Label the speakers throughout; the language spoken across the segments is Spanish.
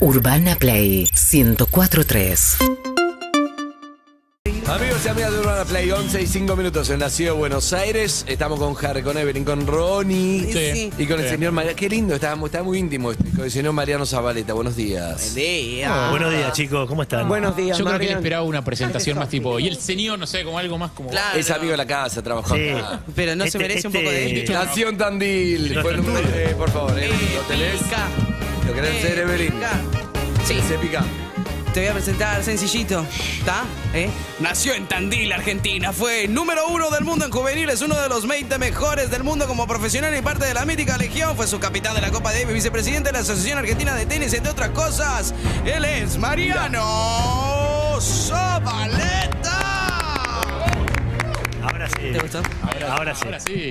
Speaker 1: Urbana Play 1043.
Speaker 2: Amigos y amigas de Urbana Play, 11 y 5 minutos en la ciudad de Buenos Aires. Estamos con Harry, con Evelyn, con Ronnie
Speaker 3: Sí.
Speaker 2: y con el
Speaker 4: Sí.
Speaker 2: señor Mariano. Qué lindo, está, mu- está muy íntimo. esto. Con el señor Mariano Zabaleta, buenos días.
Speaker 5: Eh,
Speaker 2: Ah.
Speaker 4: Buenos
Speaker 5: ah.
Speaker 4: días, chicos, ¿cómo están?
Speaker 6: Buenos días,
Speaker 3: Yo creo que le
Speaker 6: Marian.
Speaker 3: esperaba una presentación más tipo. Y el señor, no sé, como algo más como.
Speaker 5: Claro.
Speaker 2: Es amigo de la casa, trabajó
Speaker 4: Sí.
Speaker 2: acá.
Speaker 5: Pero no se merece un poco de-
Speaker 4: este-
Speaker 2: Nación Tandil.
Speaker 4: Los
Speaker 2: Fue el número- eh, por favor, Evelyn, ¿lo tenés?
Speaker 5: Pica.
Speaker 2: ¿Lo querés hacer,
Speaker 5: Eh,
Speaker 2: Evelyn?
Speaker 5: pica. Sí,
Speaker 2: Se pica.
Speaker 5: te voy a presentar sencillito. ¿Está? ¿Eh? Nació en Tandil, Argentina. Fue número uno del mundo en juveniles, uno de los 20 mejores del mundo como profesional y parte de la mítica legión. Fue su capitán de la Copa Davis, vicepresidente de la Asociación Argentina de Tenis, entre otras cosas. Él es Mariano Zabaleta.
Speaker 4: Ahora sí.
Speaker 5: ¿Te gustó?
Speaker 4: Ahora, ahora sí.
Speaker 3: Ahora sí.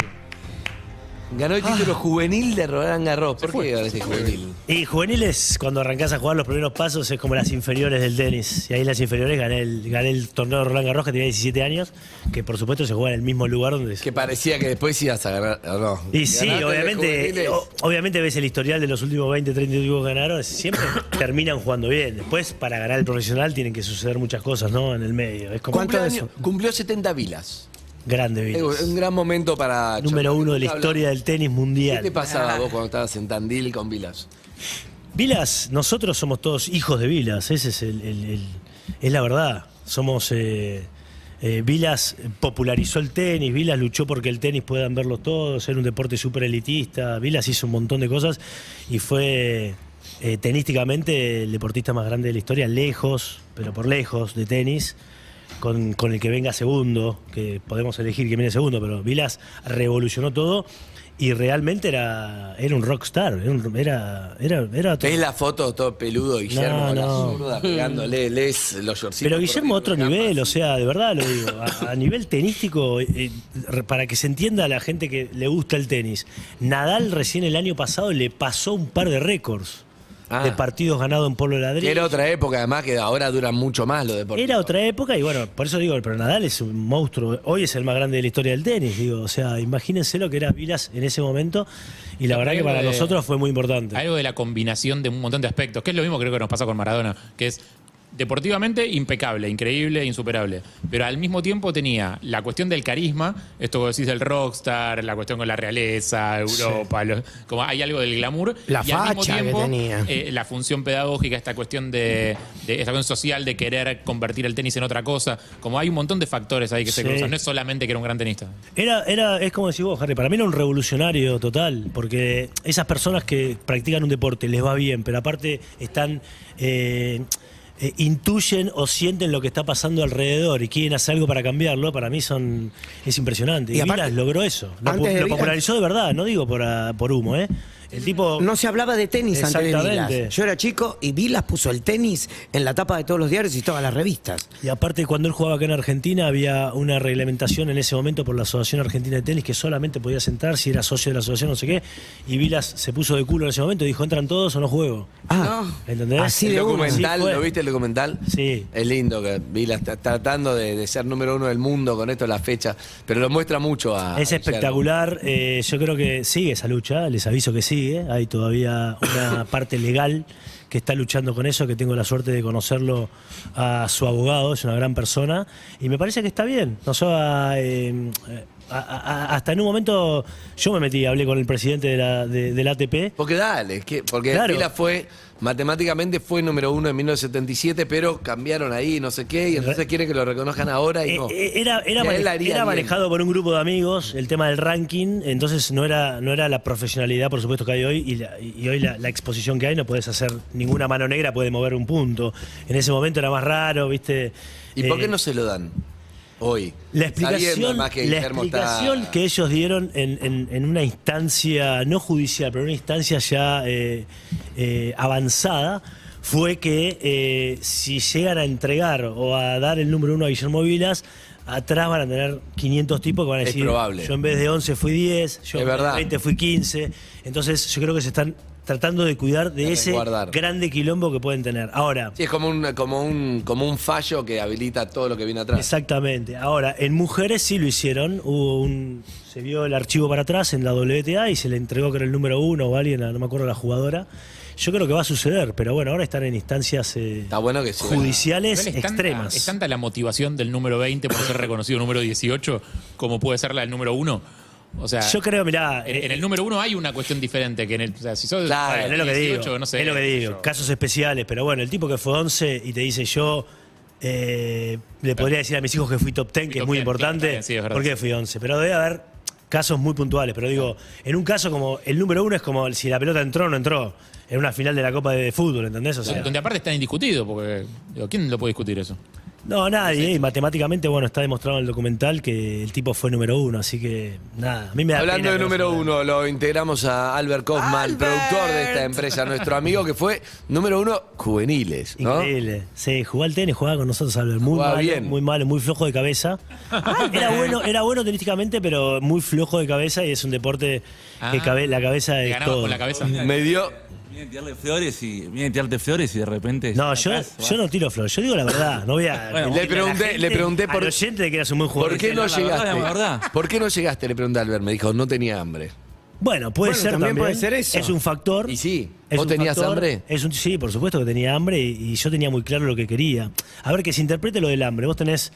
Speaker 2: Ganó
Speaker 4: Ah.
Speaker 2: el título juvenil de Roland Garros. ¿Por qué ganaste juvenil?
Speaker 4: Y juveniles, cuando arrancás a jugar los primeros pasos, es como las inferiores del tenis. Y ahí en las inferiores gané el, gané el torneo de Roland Garros, que tenía 17 años, que por supuesto se juega en el mismo lugar donde se-
Speaker 2: Que parecía que después ibas a ganar, ¿o no?
Speaker 4: Y
Speaker 2: Ganaste de
Speaker 4: sí,
Speaker 2: juveniles.
Speaker 4: obviamente, eh, oh, o- obviamente ves el historial de los últimos 20, 30 equipos que ganaron, siempre terminan jugando bien. Después, para ganar el profesional, tienen que suceder muchas cosas, ¿no? En el medio. Es como
Speaker 2: Cumplió, año- cumplió 70 vilas.
Speaker 4: grande,
Speaker 2: Eh,
Speaker 4: Vilas.
Speaker 2: Un gran momento para...
Speaker 4: Número uno de la
Speaker 2: Habla-
Speaker 4: historia del tenis mundial.
Speaker 2: ¿Qué te pasaba vos cuando estabas en Tandil con Vilas?
Speaker 4: Vilas, nosotros somos todos hijos de Vilas, ese es el, el- el- es la verdad. Somos eh, eh, Vilas popularizó el tenis, Vilas luchó porque el tenis puedan verlo todos, era un deporte súper elitista, Vilas hizo un montón de cosas y fue eh, tenísticamente el deportista más grande de la historia, lejos, pero por lejos, de tenis con, con el que venga segundo, que podemos elegir quién viene segundo, pero Vilas revolucionó todo y realmente era, era un rockstar, era, un- era, era, era otro-
Speaker 2: ¿Ves la foto todo peludo de Guillermo
Speaker 4: No,
Speaker 2: con
Speaker 4: no.
Speaker 2: la zurda pegándole, lees los shortcitos?
Speaker 4: Pero Guillermo
Speaker 2: corriendo
Speaker 4: otro
Speaker 2: de
Speaker 4: nivel,
Speaker 2: gambas?
Speaker 4: o sea, de verdad lo digo, a, a nivel tenístico, eh, eh, re- para que se entienda a la gente que le gusta el tenis, Nadal recién el año pasado le pasó un par de récords
Speaker 2: Ah.
Speaker 4: de partidos ganados en Polo Ladrillo.
Speaker 2: Era otra época, además, que ahora duran mucho más los deportes.
Speaker 4: Era otra época y bueno, por eso digo, pero Nadal es un monstruo. Hoy es el más grande de la historia del tenis, digo. O sea, imagínense lo que era Vilas en ese momento y la
Speaker 3: Yo
Speaker 4: verdad que
Speaker 3: creo
Speaker 4: para
Speaker 3: que-
Speaker 4: nosotros fue muy importante.
Speaker 3: Algo de la combinación de un montón de aspectos, que es lo mismo creo que nos pasa con Maradona, que es deportivamente impecable, increíble, insuperable. Pero al mismo tiempo tenía la cuestión del carisma, esto que decís del rockstar, la cuestión con la realeza, Europa, lo- como hay algo del glamour.
Speaker 6: La
Speaker 3: y al mismo
Speaker 6: facha que
Speaker 3: tiempo,
Speaker 6: tenía.
Speaker 3: eh, la función pedagógica, esta cuestión de, de- esta cuestión social de querer convertir el tenis en otra cosa. Como hay un montón de factores ahí que se
Speaker 4: Sí.
Speaker 3: cruzan. No es solamente que era un gran tenista.
Speaker 4: Era, era, es como decís vos, Harry, para mí era un revolucionario total, porque esas personas que practican un deporte les va bien, pero aparte están. eh, eh, intuyen o sienten lo que está pasando alrededor y quieren hacer algo para cambiarlo, para mí son es impresionante.
Speaker 6: Y
Speaker 4: Y,
Speaker 6: aparte-
Speaker 4: Vilas logró eso. Lo,
Speaker 6: antes
Speaker 4: pu-
Speaker 6: de
Speaker 4: lo
Speaker 6: Vilas-
Speaker 4: popularizó de verdad, no digo por, ah, por humo, ¿eh? El tipo
Speaker 6: No se hablaba de tenis antes de
Speaker 4: Exactamente.
Speaker 6: Vilas. Yo era chico y Vilas puso el tenis en la tapa de todos los diarios y todas las revistas.
Speaker 4: Y aparte, cuando él jugaba acá en Argentina, había una reglamentación en ese momento por la Asociación Argentina de Tenis que solamente podía sentar si era socio de la asociación, no sé qué. Y Vilas se puso de culo en ese momento y dijo: ¿entran todos o no juego?
Speaker 6: Ah,
Speaker 4: ¿Entendés?
Speaker 6: Así
Speaker 2: El
Speaker 6: de uno,
Speaker 2: documental,
Speaker 4: así fue.
Speaker 2: ¿lo viste el documental?
Speaker 4: Sí.
Speaker 2: Es lindo que Vilas está tratando de, de ser número uno del mundo con esto, la fecha. Pero lo muestra mucho a.
Speaker 4: Es
Speaker 2: a Guillermo.
Speaker 4: espectacular. eh, yo creo que sigue esa lucha. Les aviso que sigue. Hay todavía una parte legal que está luchando con eso, que tengo la suerte de conocerlo a su abogado. Es una gran persona. Y me parece que está bien. No sé, a, eh, a- a- hasta en un momento yo me metí, hablé con el presidente de la, de- del ATP.
Speaker 2: Porque dale, es que, porque
Speaker 4: Claro.
Speaker 2: Vilas fue, matemáticamente fue número uno en 1977, pero cambiaron ahí, no sé qué, y entonces quieren que lo reconozcan ahora y
Speaker 4: Eh,
Speaker 2: no.
Speaker 4: eh, Era,
Speaker 2: Y
Speaker 4: era,
Speaker 2: a él
Speaker 4: mane-
Speaker 2: la haría
Speaker 4: era
Speaker 2: bien.
Speaker 4: manejado por un grupo de amigos, el tema del ranking, entonces no era, no era la profesionalidad, por supuesto, que hay hoy, y, la- y hoy la, la exposición que hay no puedes hacer, ninguna mano negra puede mover un punto. En ese momento era más raro, ¿viste?
Speaker 2: ¿Y por
Speaker 4: Eh,
Speaker 2: qué no se lo dan hoy? Sabiendo
Speaker 4: la explicación,
Speaker 2: además que
Speaker 4: la
Speaker 2: Guillermo está-
Speaker 4: explicación que ellos dieron en, en- en una instancia no judicial, pero una instancia ya eh, eh, avanzada, fue que eh, si llegan a entregar o a dar el número uno a Guillermo Vilas, atrás van a tener 500 tipos que van a
Speaker 2: Es
Speaker 4: decir,
Speaker 2: probable.
Speaker 4: yo en vez de 11 fui 10, yo
Speaker 2: Es
Speaker 4: en vez de
Speaker 2: verdad.
Speaker 4: 20 fui 15. Entonces yo creo que se están tratando de cuidar de,
Speaker 2: De
Speaker 4: ese
Speaker 2: resguardar.
Speaker 4: grande quilombo que pueden tener. Ahora,
Speaker 2: Sí, es como un, como un, como un fallo que habilita todo lo que viene atrás.
Speaker 4: Exactamente. Ahora, en mujeres sí lo hicieron. Hubo un, se vio el archivo para atrás en la WTA y se le entregó que era el número uno o alguien, no me acuerdo la jugadora. Yo creo que va a suceder, pero bueno, ahora están en instancias eh,
Speaker 2: Está bueno que suba.
Speaker 4: judiciales
Speaker 3: Igual es tanta-
Speaker 4: extremas.
Speaker 3: es tanta la motivación del número 20 por ser reconocido número 18 como puede ser la del número 1. O sea,
Speaker 4: Yo creo, mirá,
Speaker 3: en, en
Speaker 4: eh,
Speaker 3: el número 1 hay una cuestión diferente que en el. O sea, si sos
Speaker 2: Claro,
Speaker 4: Bueno, es lo que
Speaker 3: 18,
Speaker 4: digo.
Speaker 3: no sé,
Speaker 4: es lo que digo.
Speaker 3: yo-
Speaker 4: Casos especiales, pero bueno, el tipo que fue 11 y te dice yo. eh, le podría decir a mis hijos que fui top 10, que es
Speaker 3: top
Speaker 4: muy
Speaker 3: 10,
Speaker 4: importante,
Speaker 3: claro, sí, es verdad.
Speaker 4: porque fui 11. Pero debe haber casos muy puntuales. Pero digo, en un caso como el número uno es como si la pelota entró o no entró en una final de la Copa de Fútbol, ¿entendés? O sea,
Speaker 3: Donde aparte está indiscutido, porque. digo, ¿Quién lo puede discutir eso?
Speaker 4: no, nadie. Y matemáticamente, bueno, está demostrado en el documental que el tipo fue número uno. Así que, nada, a mí me da
Speaker 2: Hablando
Speaker 4: pena
Speaker 2: de
Speaker 4: que no
Speaker 2: número
Speaker 4: sea-
Speaker 2: uno, lo integramos a Albert Kaufman,
Speaker 5: ¡Albert!
Speaker 2: productor de esta empresa, nuestro amigo que fue número uno juveniles, ¿no?
Speaker 4: Increíble. Sí, jugaba al tenis, jugaba con nosotros, Albert. Muy
Speaker 2: Jugaba
Speaker 4: malo,
Speaker 2: bien.
Speaker 4: muy malo, muy flojo de cabeza. era bueno, era bueno tenísticamente, pero muy flojo de cabeza y es un deporte que
Speaker 3: Ah.
Speaker 4: cabe- la cabeza
Speaker 3: ¿Le
Speaker 4: es
Speaker 3: ganabas
Speaker 4: todo.
Speaker 3: con la cabeza?
Speaker 2: Me dio.
Speaker 7: Vienen a tirarle flores y vienen a tirarte flores y de repente.
Speaker 4: No, yo,
Speaker 7: sacás,
Speaker 4: yo no tiro flor, yo digo la verdad, no voy a
Speaker 7: Bueno,
Speaker 4: mentirle
Speaker 2: le
Speaker 4: a la
Speaker 2: pregunté-
Speaker 4: gente,
Speaker 2: le pregunté por-
Speaker 4: al oyente de que eras un buen jugador.
Speaker 2: ¿Por qué no
Speaker 7: la verdad,
Speaker 2: llegaste?
Speaker 7: la verdad.
Speaker 2: ¿Por qué no llegaste? Le pregunté a Albert. Me dijo, no tenía hambre.
Speaker 4: Bueno, puede
Speaker 6: Bueno,
Speaker 4: ser
Speaker 6: también
Speaker 4: también.
Speaker 6: puede ser eso.
Speaker 4: Es un factor.
Speaker 2: Y sí.
Speaker 4: Es
Speaker 2: ¿Vos
Speaker 4: un
Speaker 2: tenías hambre?
Speaker 4: Es un, sí, por supuesto que tenía hambre y, y yo tenía muy claro lo que quería. A ver, que se interprete lo del hambre. Vos tenés.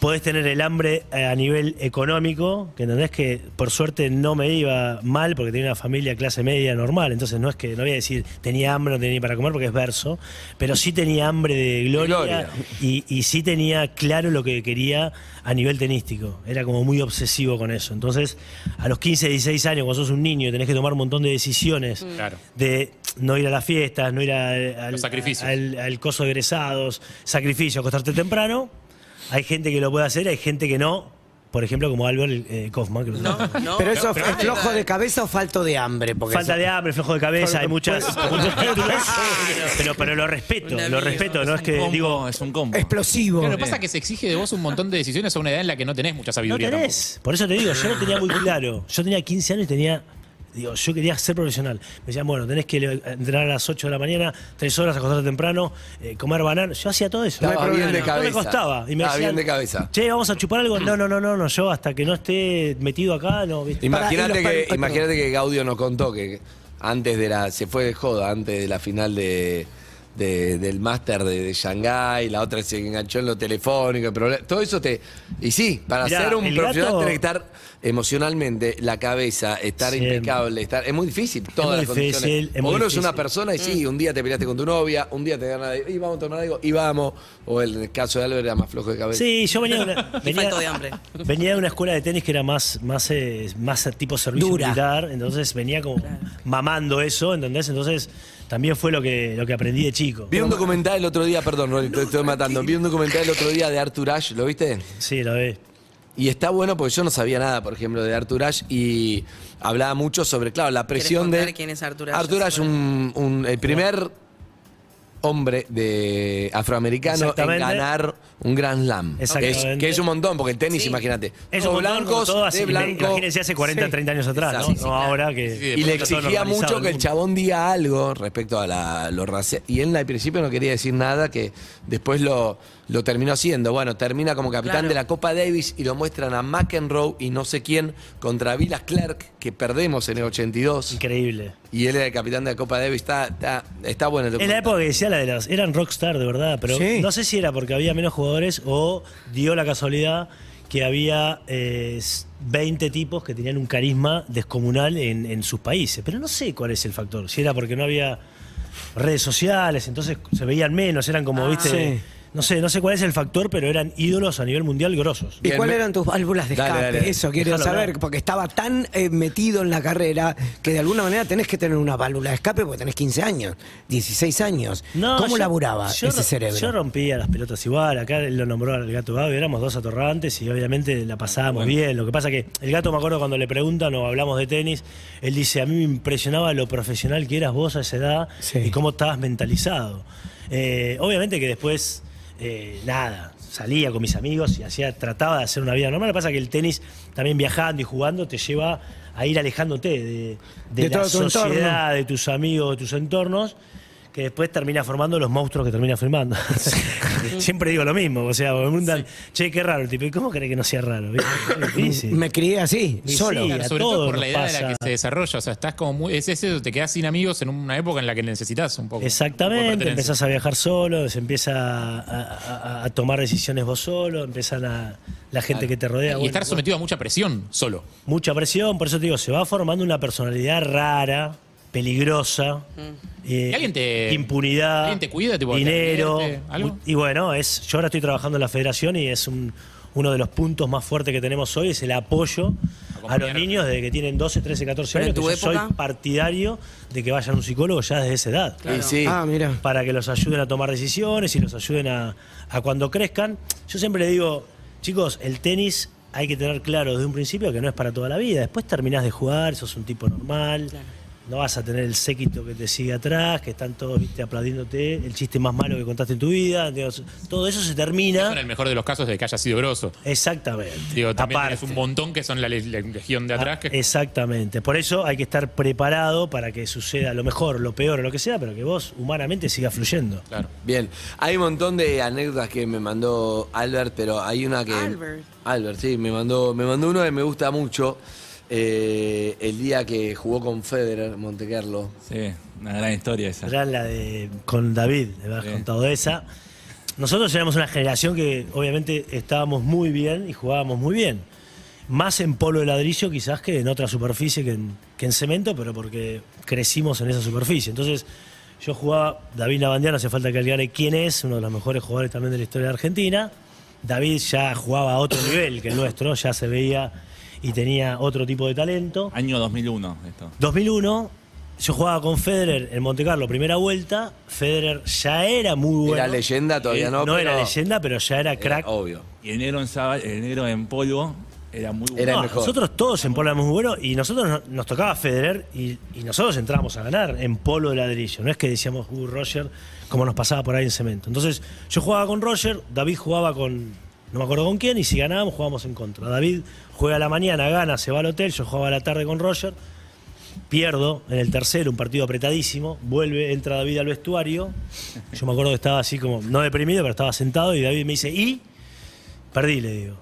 Speaker 4: Podés tener el hambre eh, a nivel económico, que entendés que por suerte no me iba mal porque tenía una familia clase media normal, entonces no es que, no voy a decir tenía hambre, no tenía ni para comer porque es verso, pero sí tenía hambre de gloria,
Speaker 2: gloria.
Speaker 4: Y, y sí tenía claro lo que quería a nivel tenístico, era como muy obsesivo con eso. Entonces, a los 15, 16 años, cuando sos un niño y tenés que tomar un montón de decisiones,
Speaker 5: Mm.
Speaker 3: Claro.
Speaker 4: de no ir a las fiestas, no ir al, al-
Speaker 3: Los sacrificios.
Speaker 4: al, al coso de egresados, sacrificio, acostarte temprano. Hay gente que lo puede hacer, hay gente que no. Por ejemplo, como Albert eh, Kaufman. Que lo-
Speaker 5: No,
Speaker 6: pero eso
Speaker 3: pero
Speaker 6: es
Speaker 3: vale,
Speaker 6: flojo de cabeza o falto de hambre. Porque
Speaker 4: Falta
Speaker 6: eso-
Speaker 4: de hambre, flojo de cabeza, hay muchas, muchos títulos. pero, pero lo respeto,
Speaker 5: Un
Speaker 4: lo
Speaker 5: amigo,
Speaker 4: respeto. No es que
Speaker 7: combo,
Speaker 4: digo,
Speaker 7: Es un combo.
Speaker 6: Explosivo.
Speaker 3: Claro, lo que pasa es que se exige de vos un montón de decisiones a una edad en la que no tenés mucha
Speaker 4: no
Speaker 3: sabiduría. tampoco.
Speaker 4: tenés. Por eso te digo, yo lo tenía muy claro. Yo tenía 15 años y tenía. Digo, yo quería ser profesional. Me decían, bueno, tenés que le- entrenar a las 8 de la mañana, 3 horas, acostarte temprano, eh, comer banano. Yo hacía todo eso.
Speaker 2: Estaba
Speaker 4: No me-
Speaker 2: bien de
Speaker 4: No me
Speaker 2: cabeza.
Speaker 4: costaba. Y me
Speaker 2: Estaba
Speaker 4: decían,
Speaker 2: bien de cabeza.
Speaker 4: Che, vamos a chupar algo. No, no, no, no, no. Yo hasta que no esté metido acá, no. ¿viste?
Speaker 6: Para,
Speaker 2: Imagínate
Speaker 6: y los
Speaker 2: que,
Speaker 6: pan-
Speaker 2: imagínate que Gaudio nos contó que antes de la. se fue de joda, antes de la final de. de- del máster de, de Shanghái, la otra se enganchó en lo telefónico, el problema- todo eso te... Y sí, para
Speaker 4: Mirá,
Speaker 2: ser un
Speaker 4: el
Speaker 2: profesional
Speaker 4: gato-
Speaker 2: tenés que estar emocionalmente, la cabeza, estar
Speaker 4: Siempre.
Speaker 2: impecable, estar... Es muy difícil, todas
Speaker 4: muy
Speaker 2: las
Speaker 4: difícil,
Speaker 2: condiciones.
Speaker 4: es
Speaker 2: O
Speaker 4: muy
Speaker 2: uno es una
Speaker 4: difícil.
Speaker 2: persona y
Speaker 6: Mm.
Speaker 2: sí, un día te peleaste con tu novia, un día te ganas de... Y vamos a tomar algo, y vamos. O en el caso de Álvaro era más flojo de cabeza.
Speaker 4: Sí, yo venía de una,
Speaker 5: Y
Speaker 4: venía-
Speaker 5: falto de hambre.
Speaker 4: venía de una escuela de tenis que era más, más, eh, más tipo servicio
Speaker 6: Dura.
Speaker 4: militar, entonces venía como mamando eso, ¿entendés? Entonces también fue lo que, lo que aprendí de chico.
Speaker 2: Vi un documental el otro día, perdón, Rolly, te estoy matando. Vi un documental el otro día de Arthur Ashe, ¿lo viste?
Speaker 4: Sí, lo ve.
Speaker 2: Y está bueno porque yo no sabía nada, por ejemplo, de Arthur Ashe y hablaba mucho sobre, claro, la presión
Speaker 5: ¿Quieres
Speaker 2: de.
Speaker 5: contar quién es Arthur Ashe?
Speaker 2: Arthur Ashe, un, un- el primer hombre de afroamericano en
Speaker 4: Exactamente.
Speaker 2: ganar un Grand Slam.
Speaker 4: Exactamente.
Speaker 2: Es- que es un montón, porque el tenis,
Speaker 5: Sí.
Speaker 2: imagínate.
Speaker 4: Es
Speaker 2: o
Speaker 4: un montón,
Speaker 2: blancos,
Speaker 4: como todo, así,
Speaker 2: de blanco.
Speaker 4: Imagínense hace 40,
Speaker 2: Sí.
Speaker 4: 30 años atrás, ¿no?
Speaker 2: Exacto.
Speaker 4: No ahora que.
Speaker 3: Sí, de
Speaker 2: Y le
Speaker 4: está todo
Speaker 2: exigía
Speaker 4: normalizado
Speaker 2: mucho
Speaker 4: el
Speaker 2: que el
Speaker 4: mundo.
Speaker 2: chabón diga algo respecto a la, lo racial. Y él al principio no quería decir nada, que después lo, lo terminó haciendo. Bueno, termina como capitán
Speaker 5: Claro.
Speaker 2: de la Copa Davis y lo muestran a McEnroe y no sé quién contra Vilas Clark, que perdemos en el 82.
Speaker 4: Increíble.
Speaker 2: Y él era el capitán de la Copa Davis. Está, está, está bueno el
Speaker 4: En la
Speaker 2: documental.
Speaker 4: época que decía la de las. Eran rockstar, de verdad, pero
Speaker 6: Sí.
Speaker 4: no sé si era porque había menos jugadores o dio la casualidad que había eh, s- 20 tipos que tenían un carisma descomunal en, en sus países. Pero no sé cuál es el factor. Si era porque no había redes sociales, entonces se veían menos, eran como, viste.
Speaker 6: Ah, Sí.
Speaker 4: No sé, no sé cuál es el factor, pero eran ídolos a nivel mundial grosos.
Speaker 6: ¿Y
Speaker 2: Bien,
Speaker 6: cuáles
Speaker 2: me-
Speaker 6: eran tus válvulas de
Speaker 2: Dale,
Speaker 6: escape?
Speaker 2: dale.
Speaker 6: Eso quiero
Speaker 4: Déjalo
Speaker 6: saber,
Speaker 4: hablar.
Speaker 6: porque estaba tan eh, metido en la carrera que de alguna manera tenés que tener una válvula de escape porque tenés 15 años, 16 años. ¿Cómo
Speaker 4: yo-
Speaker 6: laburaba
Speaker 4: yo
Speaker 6: ese
Speaker 4: ro-
Speaker 6: cerebro?
Speaker 4: Yo rompía las pelotas igual, acá él lo nombró al gato Gaby, éramos dos atorrantes y obviamente la pasábamos bien. Lo que pasa que el gato, me acuerdo cuando le preguntan o hablamos de tenis, él dice, a mí me impresionaba lo profesional que eras vos a esa edad
Speaker 6: Sí.
Speaker 4: y cómo estabas mentalizado. Eh, obviamente que después, eh, nada, salía con mis amigos y hacía, trataba de hacer una vida normal. Lo que pasa que el tenis, también viajando y jugando, te lleva a ir alejándote de, de la
Speaker 6: De todo tu entorno.
Speaker 4: sociedad, de tus amigos, de tus entornos, que después termina formando los monstruos que termina firmando. Siempre digo lo mismo, o sea, me preguntan, che, qué raro el tipo, ¿y cómo crees que no sea raro? ¿Viste? Es difícil.
Speaker 6: Me crié así,
Speaker 4: Y
Speaker 6: solo.
Speaker 4: sí,
Speaker 3: Claro,
Speaker 4: a
Speaker 3: sobre todo
Speaker 4: todos
Speaker 3: por la
Speaker 4: nos
Speaker 3: edad de la que
Speaker 4: pasa.
Speaker 3: se desarrolla. O sea, estás como muy. Es eso, te quedas sin amigos en una época en la que necesitas un poco. un poco
Speaker 4: Exactamente,
Speaker 3: de pertenencia.
Speaker 4: empezás a viajar solo, se empieza a, a- a- a tomar decisiones vos solo, empiezan a la gente que te rodea.
Speaker 3: Y
Speaker 4: bueno,
Speaker 3: estar sometido a mucha presión solo.
Speaker 4: mucha presión, por eso te digo, se va formando una personalidad rara, peligrosa, eh,
Speaker 3: Mm. ¿Y alguien te-
Speaker 4: impunidad,
Speaker 3: alguien te cuida, tipo, te
Speaker 4: dinero.
Speaker 3: advierte, algo?
Speaker 4: Y bueno, es, yo ahora estoy trabajando en la federación y es un- uno de los puntos más fuertes que tenemos hoy, es el apoyo a los
Speaker 3: Acompañar.
Speaker 4: niños desde que tienen 12, 13, 14
Speaker 5: Pero en
Speaker 4: años. que
Speaker 5: tu
Speaker 4: yo soy
Speaker 5: época-
Speaker 4: partidario de que vayan a un psicólogo ya desde esa edad
Speaker 2: Y sí.
Speaker 6: Ah, mira.
Speaker 4: para que los ayuden a tomar decisiones y los ayuden a, a cuando crezcan. Yo siempre le digo, chicos, el tenis hay que tener claro desde un principio que no es para toda la vida. Después terminás de jugar, sos un tipo normal, no vas a tener el séquito que te sigue atrás, que están todos viste, aplaudiéndote, el chiste más malo que contaste en tu vida. digo, todo eso se
Speaker 3: Eso en
Speaker 4: termina.
Speaker 3: el mejor de los casos de que haya sido grosso.
Speaker 4: Exactamente.
Speaker 3: Digo, también es
Speaker 4: Aparte.
Speaker 3: un montón que son la, le- la legión de atrás.
Speaker 4: Ah,
Speaker 3: que
Speaker 4: Exactamente. Por eso hay que estar preparado para que suceda lo mejor, lo peor o lo que sea, pero que vos humanamente siga fluyendo.
Speaker 3: Claro.
Speaker 2: Bien, hay un montón de anécdotas que me mandó Albert, pero hay una que...
Speaker 5: Albert.
Speaker 2: Albert, sí, me mandó, me mandó uno que me gusta mucho. eh, el día que jugó con Federer, Montecarlo.
Speaker 7: Sí, una gran historia esa.
Speaker 4: Era la de con David, le habías
Speaker 7: Sí.
Speaker 4: contado de esa. Nosotros éramos una generación que obviamente estábamos muy bien y jugábamos muy bien. Más en polo de ladrillo quizás que en otra superficie que en, que en cemento, pero porque crecimos en esa superficie. Entonces yo jugaba, David Lavandiano, hace falta que aclare quién es, uno de los mejores jugadores también de la historia de Argentina. David ya jugaba a otro nivel que el nuestro, ya se veía y tenía otro tipo de talento.
Speaker 7: Año 2001 esto.
Speaker 4: 2001, yo jugaba con Federer en Monte Carlo, primera vuelta. Federer ya era muy bueno. Eh,
Speaker 2: Era leyenda, todavía no,
Speaker 4: No era
Speaker 2: pero-
Speaker 4: leyenda, pero ya era
Speaker 2: Era
Speaker 4: crack.
Speaker 2: obvio.
Speaker 7: Y el negro en, Saba- el negro en polvo era muy bueno.
Speaker 2: Era
Speaker 4: No,
Speaker 2: el mejor.
Speaker 4: nosotros todos en polo éramos muy buenos y nosotros no- nos tocaba Federer y, y nosotros entrábamos a ganar en polo de ladrillo. No es que decíamos, uh, Roger, como nos pasaba por ahí en cemento. Entonces, yo jugaba con Roger, David jugaba con. No me acuerdo con quién, y si ganábamos, jugábamos en contra. David juega a la mañana, gana, se va al hotel, yo jugaba a la tarde con Roger. Pierdo en el tercero, un partido apretadísimo. Vuelve, entra David al vestuario. Yo me acuerdo que estaba así como, no deprimido, pero estaba sentado y David me dice, ¿y? Perdí, le digo.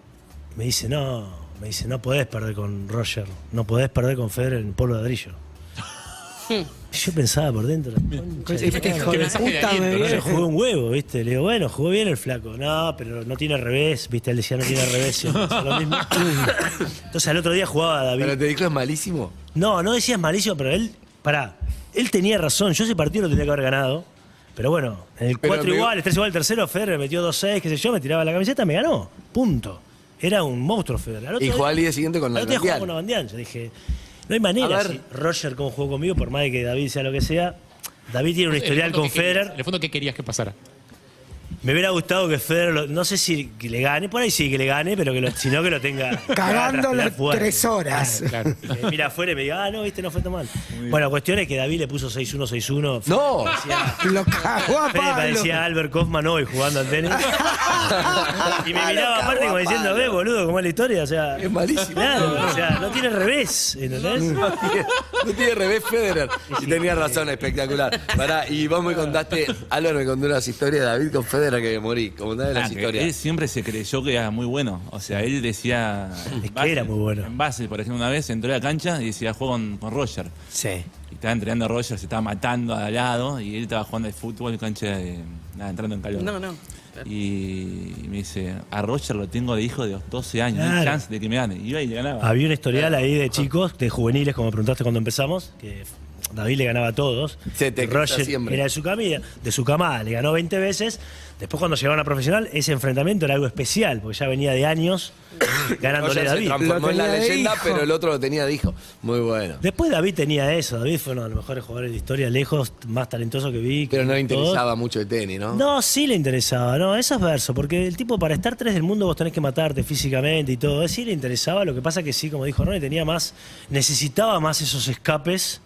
Speaker 4: Me dice, no, me dice, no podés perder con Roger, no podés perder con Federer en polvo de ladrillo. Yo pensaba por dentro. la concha de
Speaker 6: Este
Speaker 4: la
Speaker 6: hijo
Speaker 3: Qué
Speaker 6: de
Speaker 3: mensaje de
Speaker 6: puta me
Speaker 3: aliento, ¿no?
Speaker 4: madre,
Speaker 6: viene.
Speaker 4: yo jugué un huevo, ¿viste? Le digo, bueno, jugó bien el flaco. No, pero no tiene revés, ¿viste? Él decía, no tiene revés. siempre hace lo mismo. Entonces al otro día jugaba David.
Speaker 2: Pero te dijo es malísimo.
Speaker 4: No, no decías malísimo, pero él, pará, él tenía razón. Yo ese partido lo tenía que haber ganado. Pero bueno, en el
Speaker 2: Pero
Speaker 4: 4
Speaker 2: me-
Speaker 4: igual, el 3 igual, el tercero, Federer metió 2-6, qué sé yo, me tiraba la camiseta, me ganó. Punto. Era un monstruo Federer. Al otro
Speaker 2: Y jugó
Speaker 4: día-
Speaker 2: al día siguiente con
Speaker 4: al otro día jugaba
Speaker 2: Navandial.
Speaker 4: con Navandial. Yo dije, no hay manera.
Speaker 2: A ver.
Speaker 4: si Roger, como jugó conmigo, por más de que David sea lo que sea, David tiene un
Speaker 3: En el
Speaker 4: historial
Speaker 3: fondo,
Speaker 4: con
Speaker 3: ¿qué querías?
Speaker 4: Federer.
Speaker 3: En el fondo, ¿qué querías que pasara?
Speaker 4: Me hubiera gustado que Federer, lo- no sé si que le gane, por ahí sí que le gane, pero que lo, si no que lo tenga.
Speaker 6: Cagándolo
Speaker 4: respirar fuerte.
Speaker 6: tres horas.
Speaker 3: Claro.
Speaker 4: Que mira afuera y me diga, ah, no, viste, no fue tan mal. Bueno, la cuestión es que David le puso 6-1, 6-1.
Speaker 2: No,
Speaker 6: Lo cagó a
Speaker 4: Fede
Speaker 6: Pablo.
Speaker 4: parecía Albert Kaufman hoy jugando al tenis. y me miraba aparte como diciendo, ve, boludo, cómo es la historia. O sea,
Speaker 2: Es malísimo.
Speaker 4: Claro, o sea, no tiene revés, ¿entendés?
Speaker 2: no tiene revés Federer. Y tenía razón, espectacular. Pará, y vos me contaste, Albert me contó unas historias de David con Federer que me morí. Como una de
Speaker 7: Ah,
Speaker 2: las
Speaker 7: que Él
Speaker 2: historias.
Speaker 7: siempre se creyó que era muy bueno. O sea, él decía. en
Speaker 4: Es que era muy bueno.
Speaker 7: En base, por ejemplo, una vez entró a la cancha y decía juego con, con Roger.
Speaker 6: Sí.
Speaker 7: Y estaba entrenando a Roger, se estaba matando al lado y él estaba jugando al fútbol, cancha de. Nada, entrando en calor.
Speaker 5: No, no.
Speaker 7: Y y me dice, a Roger lo tengo de hijo de los 12 años, no hay
Speaker 4: Claro.
Speaker 7: chance de que me gane. Y iba y le ganaba.
Speaker 4: Había un historial ahí de chicos, de juveniles, como preguntaste cuando empezamos, que David le ganaba a todos.
Speaker 2: Se te cruza
Speaker 4: Roger
Speaker 2: siempre.
Speaker 4: era de su camada, de su camada, le ganó 20 veces. Después cuando llegaron a profesional, ese enfrentamiento era algo especial, porque ya venía de años ganándole
Speaker 2: Roger
Speaker 4: a
Speaker 2: se
Speaker 4: David.
Speaker 2: transformó
Speaker 6: Lo
Speaker 2: en la
Speaker 6: tenía de
Speaker 2: leyenda,
Speaker 6: hijo.
Speaker 2: pero el otro lo tenía de hijo. Muy bueno.
Speaker 4: Después David tenía eso, David fue uno de los mejores jugadores de la historia, lejos, más talentoso que vi. que
Speaker 2: Pero no le
Speaker 4: todos.
Speaker 2: interesaba mucho el tenis, ¿no?
Speaker 4: No, sí le interesaba, no, eso es verso, porque el tipo para estar tres del mundo vos tenés que matarte físicamente y todo, sí le interesaba, lo que pasa que sí, como dijo Ronnie, tenía más, necesitaba más esos escapes,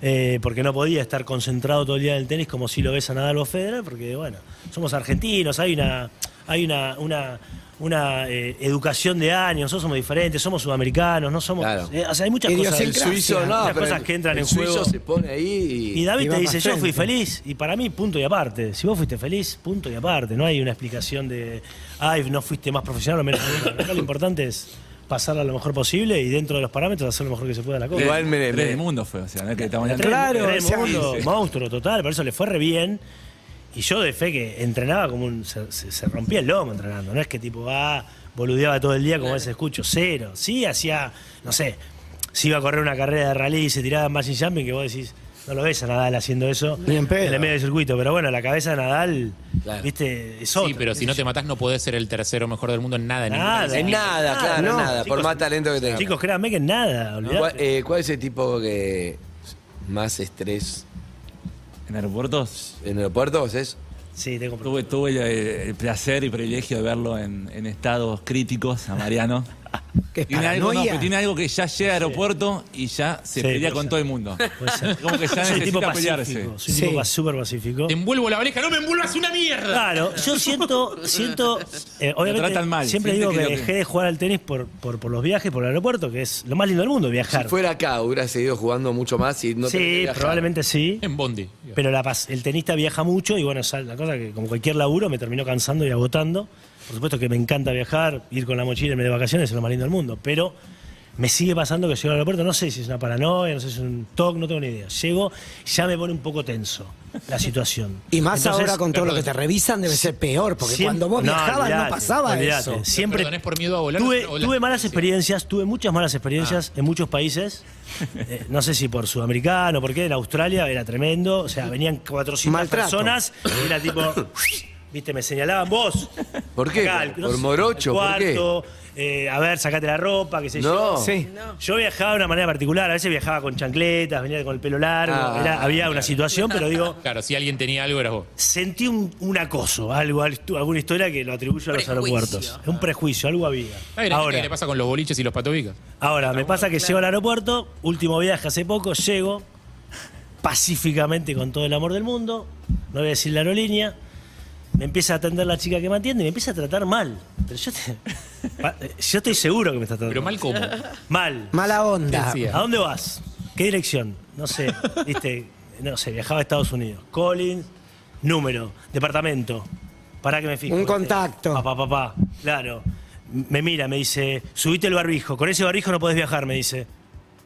Speaker 4: eh, porque no podía estar concentrado todo el día en el tenis como si lo ves a Nadal o Federer, porque bueno, somos argentinos, hay una, hay una, una, una eh, educación de años, nosotros somos diferentes, somos sudamericanos, no somos.
Speaker 2: Claro.
Speaker 4: eh, o sea, hay muchas cosas.
Speaker 2: El suizo no,
Speaker 4: muchas
Speaker 2: pero
Speaker 4: cosas
Speaker 2: el-
Speaker 4: que entran
Speaker 2: el
Speaker 4: en
Speaker 2: suizo
Speaker 4: juego.
Speaker 2: se pone ahí y,
Speaker 4: Y David
Speaker 6: y
Speaker 4: te
Speaker 6: va
Speaker 4: dice,
Speaker 6: más
Speaker 4: yo fui
Speaker 6: frente".
Speaker 4: feliz, y para mí, punto y aparte. Si vos fuiste feliz, punto y aparte. No hay una explicación de, ay, no fuiste más profesional o menos profesional. Acá lo importante es pasarla lo mejor posible y dentro de los parámetros hacer lo mejor que se pueda la cosa.
Speaker 2: Igual me-
Speaker 7: Tres
Speaker 2: me-
Speaker 7: del mundo fue, o sea, no es que estamos
Speaker 4: Tres-
Speaker 6: Claro,
Speaker 4: tres
Speaker 6: o sea,
Speaker 4: mundo,
Speaker 6: sí.
Speaker 4: monstruo total, por eso le fue re bien. Y yo de fe que entrenaba como un. Se, se- se rompía el lomo entrenando. No es que tipo, ah, boludeaba todo el día como a veces escucho, cero. Sí, hacía, no sé, si iba a correr una carrera de rally y se tiraba en Machine Jumping, que vos decís, no lo ves a Nadal haciendo eso.
Speaker 6: Ni en pedo.
Speaker 4: el medio del circuito, pero bueno, la cabeza de Nadal,
Speaker 2: Claro.
Speaker 4: viste, es
Speaker 3: Sí,
Speaker 4: otra,
Speaker 3: pero
Speaker 4: qué
Speaker 3: si
Speaker 4: sé
Speaker 3: no
Speaker 4: yo.
Speaker 3: te matás no podés ser el tercero mejor del mundo en nada. en ninguna
Speaker 4: Nada.
Speaker 3: disciplina.
Speaker 2: En nada,
Speaker 4: Ah,
Speaker 2: claro,
Speaker 4: no,
Speaker 2: nada, por
Speaker 4: chicos,
Speaker 2: más talento que tengas.
Speaker 4: Chicos, créanme que nada,
Speaker 2: ¿Cuál,
Speaker 4: olvidate.
Speaker 2: eh, ¿Cuál es el tipo que más estrés
Speaker 7: en aeropuertos.
Speaker 2: en aeropuertos es?
Speaker 4: Sí, tengo
Speaker 7: Tuve, tuve el, el placer y privilegio de verlo en, en estados críticos a Mariano.
Speaker 6: Que es
Speaker 7: Tiene algo, no,
Speaker 6: paranoia.
Speaker 7: pero tiene algo que ya llega al aeropuerto y ya se
Speaker 4: Sí,
Speaker 7: pelea
Speaker 4: puede
Speaker 7: con
Speaker 4: ser.
Speaker 7: todo el mundo.
Speaker 4: Puede ser.
Speaker 7: Como que ya
Speaker 4: soy tipo
Speaker 7: necesita
Speaker 4: pacífico,
Speaker 7: pelearse.
Speaker 4: soy
Speaker 6: Sí.
Speaker 4: tipo súper pacífico.
Speaker 3: Te envuelvo la oreja, no me envuelvas una mierda.
Speaker 4: Claro, yo siento, siento, eh, obviamente,
Speaker 7: tratan mal,
Speaker 4: siempre
Speaker 7: siente
Speaker 4: digo que,
Speaker 7: que lo que-
Speaker 4: dejé de jugar al tenis por, por, por los viajes, por el aeropuerto, que es lo más lindo del mundo, viajar.
Speaker 2: Si fuera acá, hubiera seguido jugando mucho más y no tenés que
Speaker 4: sí,
Speaker 2: viajar.
Speaker 4: probablemente sí,
Speaker 3: En Bondi.
Speaker 4: pero la, pas- el tenista viaja mucho y bueno, es la cosa que como cualquier laburo me terminó cansando y agotando. Por supuesto que me encanta viajar, ir con la mochila en medio de vacaciones es lo más lindo del mundo, pero me sigue pasando que llego al aeropuerto, no sé si es una paranoia, no sé si es un TOC, no tengo ni idea. Llego, ya me pone un poco tenso la situación.
Speaker 6: Y más
Speaker 4: Entonces,
Speaker 6: ahora con todo lo que te revisan debe ser peor, porque
Speaker 4: Siem-
Speaker 6: cuando vos viajabas
Speaker 4: olvidate,
Speaker 6: no pasaba
Speaker 4: olvidate.
Speaker 6: eso.
Speaker 4: Siempre
Speaker 3: ¿Perdonés por miedo a volar?
Speaker 4: tuve,
Speaker 3: ¿O la-
Speaker 4: tuve malas
Speaker 3: sí. Ah.
Speaker 4: experiencias, tuve muchas malas experiencias en muchos países. Eh, no sé si por sudamericano, porque en Australia era tremendo. O sea, venían 400
Speaker 6: Maltrato.
Speaker 4: personas y era tipo. Viste, me señalaban vos.
Speaker 2: ¿Por qué?
Speaker 4: Acá, el-
Speaker 2: ¿Por morocho?
Speaker 4: el
Speaker 2: ¿Por qué?
Speaker 4: cuarto, eh, a ver, sacate la ropa, qué sé yo.
Speaker 2: No.
Speaker 6: Sí.
Speaker 4: Yo viajaba de una manera particular, a veces viajaba con chancletas, venía con el pelo largo,
Speaker 2: Ah,
Speaker 4: era- había una situación, pero digo,
Speaker 3: Claro, si alguien tenía algo eras vos.
Speaker 4: sentí un, un acoso, algo, al- alguna historia que lo atribuyo a los
Speaker 5: Prejuicio.
Speaker 4: aeropuertos. Un prejuicio, algo había.
Speaker 3: Ah, era gente que le pasa con los boliches y los patobicas?
Speaker 4: Ahora, me pasa que llego al aeropuerto, último viaje hace poco, llego pacíficamente con todo el amor del mundo, no voy a decir la aerolínea, me empieza a atender la chica que me atiende y me empieza a tratar mal. Pero yo, te- pa- eh, yo estoy seguro que me está tratando
Speaker 3: Pero mal como.
Speaker 4: Mal.
Speaker 6: Mala onda.
Speaker 3: Decía.
Speaker 4: ¿A dónde vas? ¿Qué dirección? No sé, viste, no sé, viajaba a Estados Unidos. Collins, número, departamento. Para que me fijo.
Speaker 6: Un
Speaker 4: ¿viste?
Speaker 6: contacto.
Speaker 4: Papá, papá, claro. M- Me mira, me dice, subite el barbijo, con ese barbijo no podés viajar, me dice.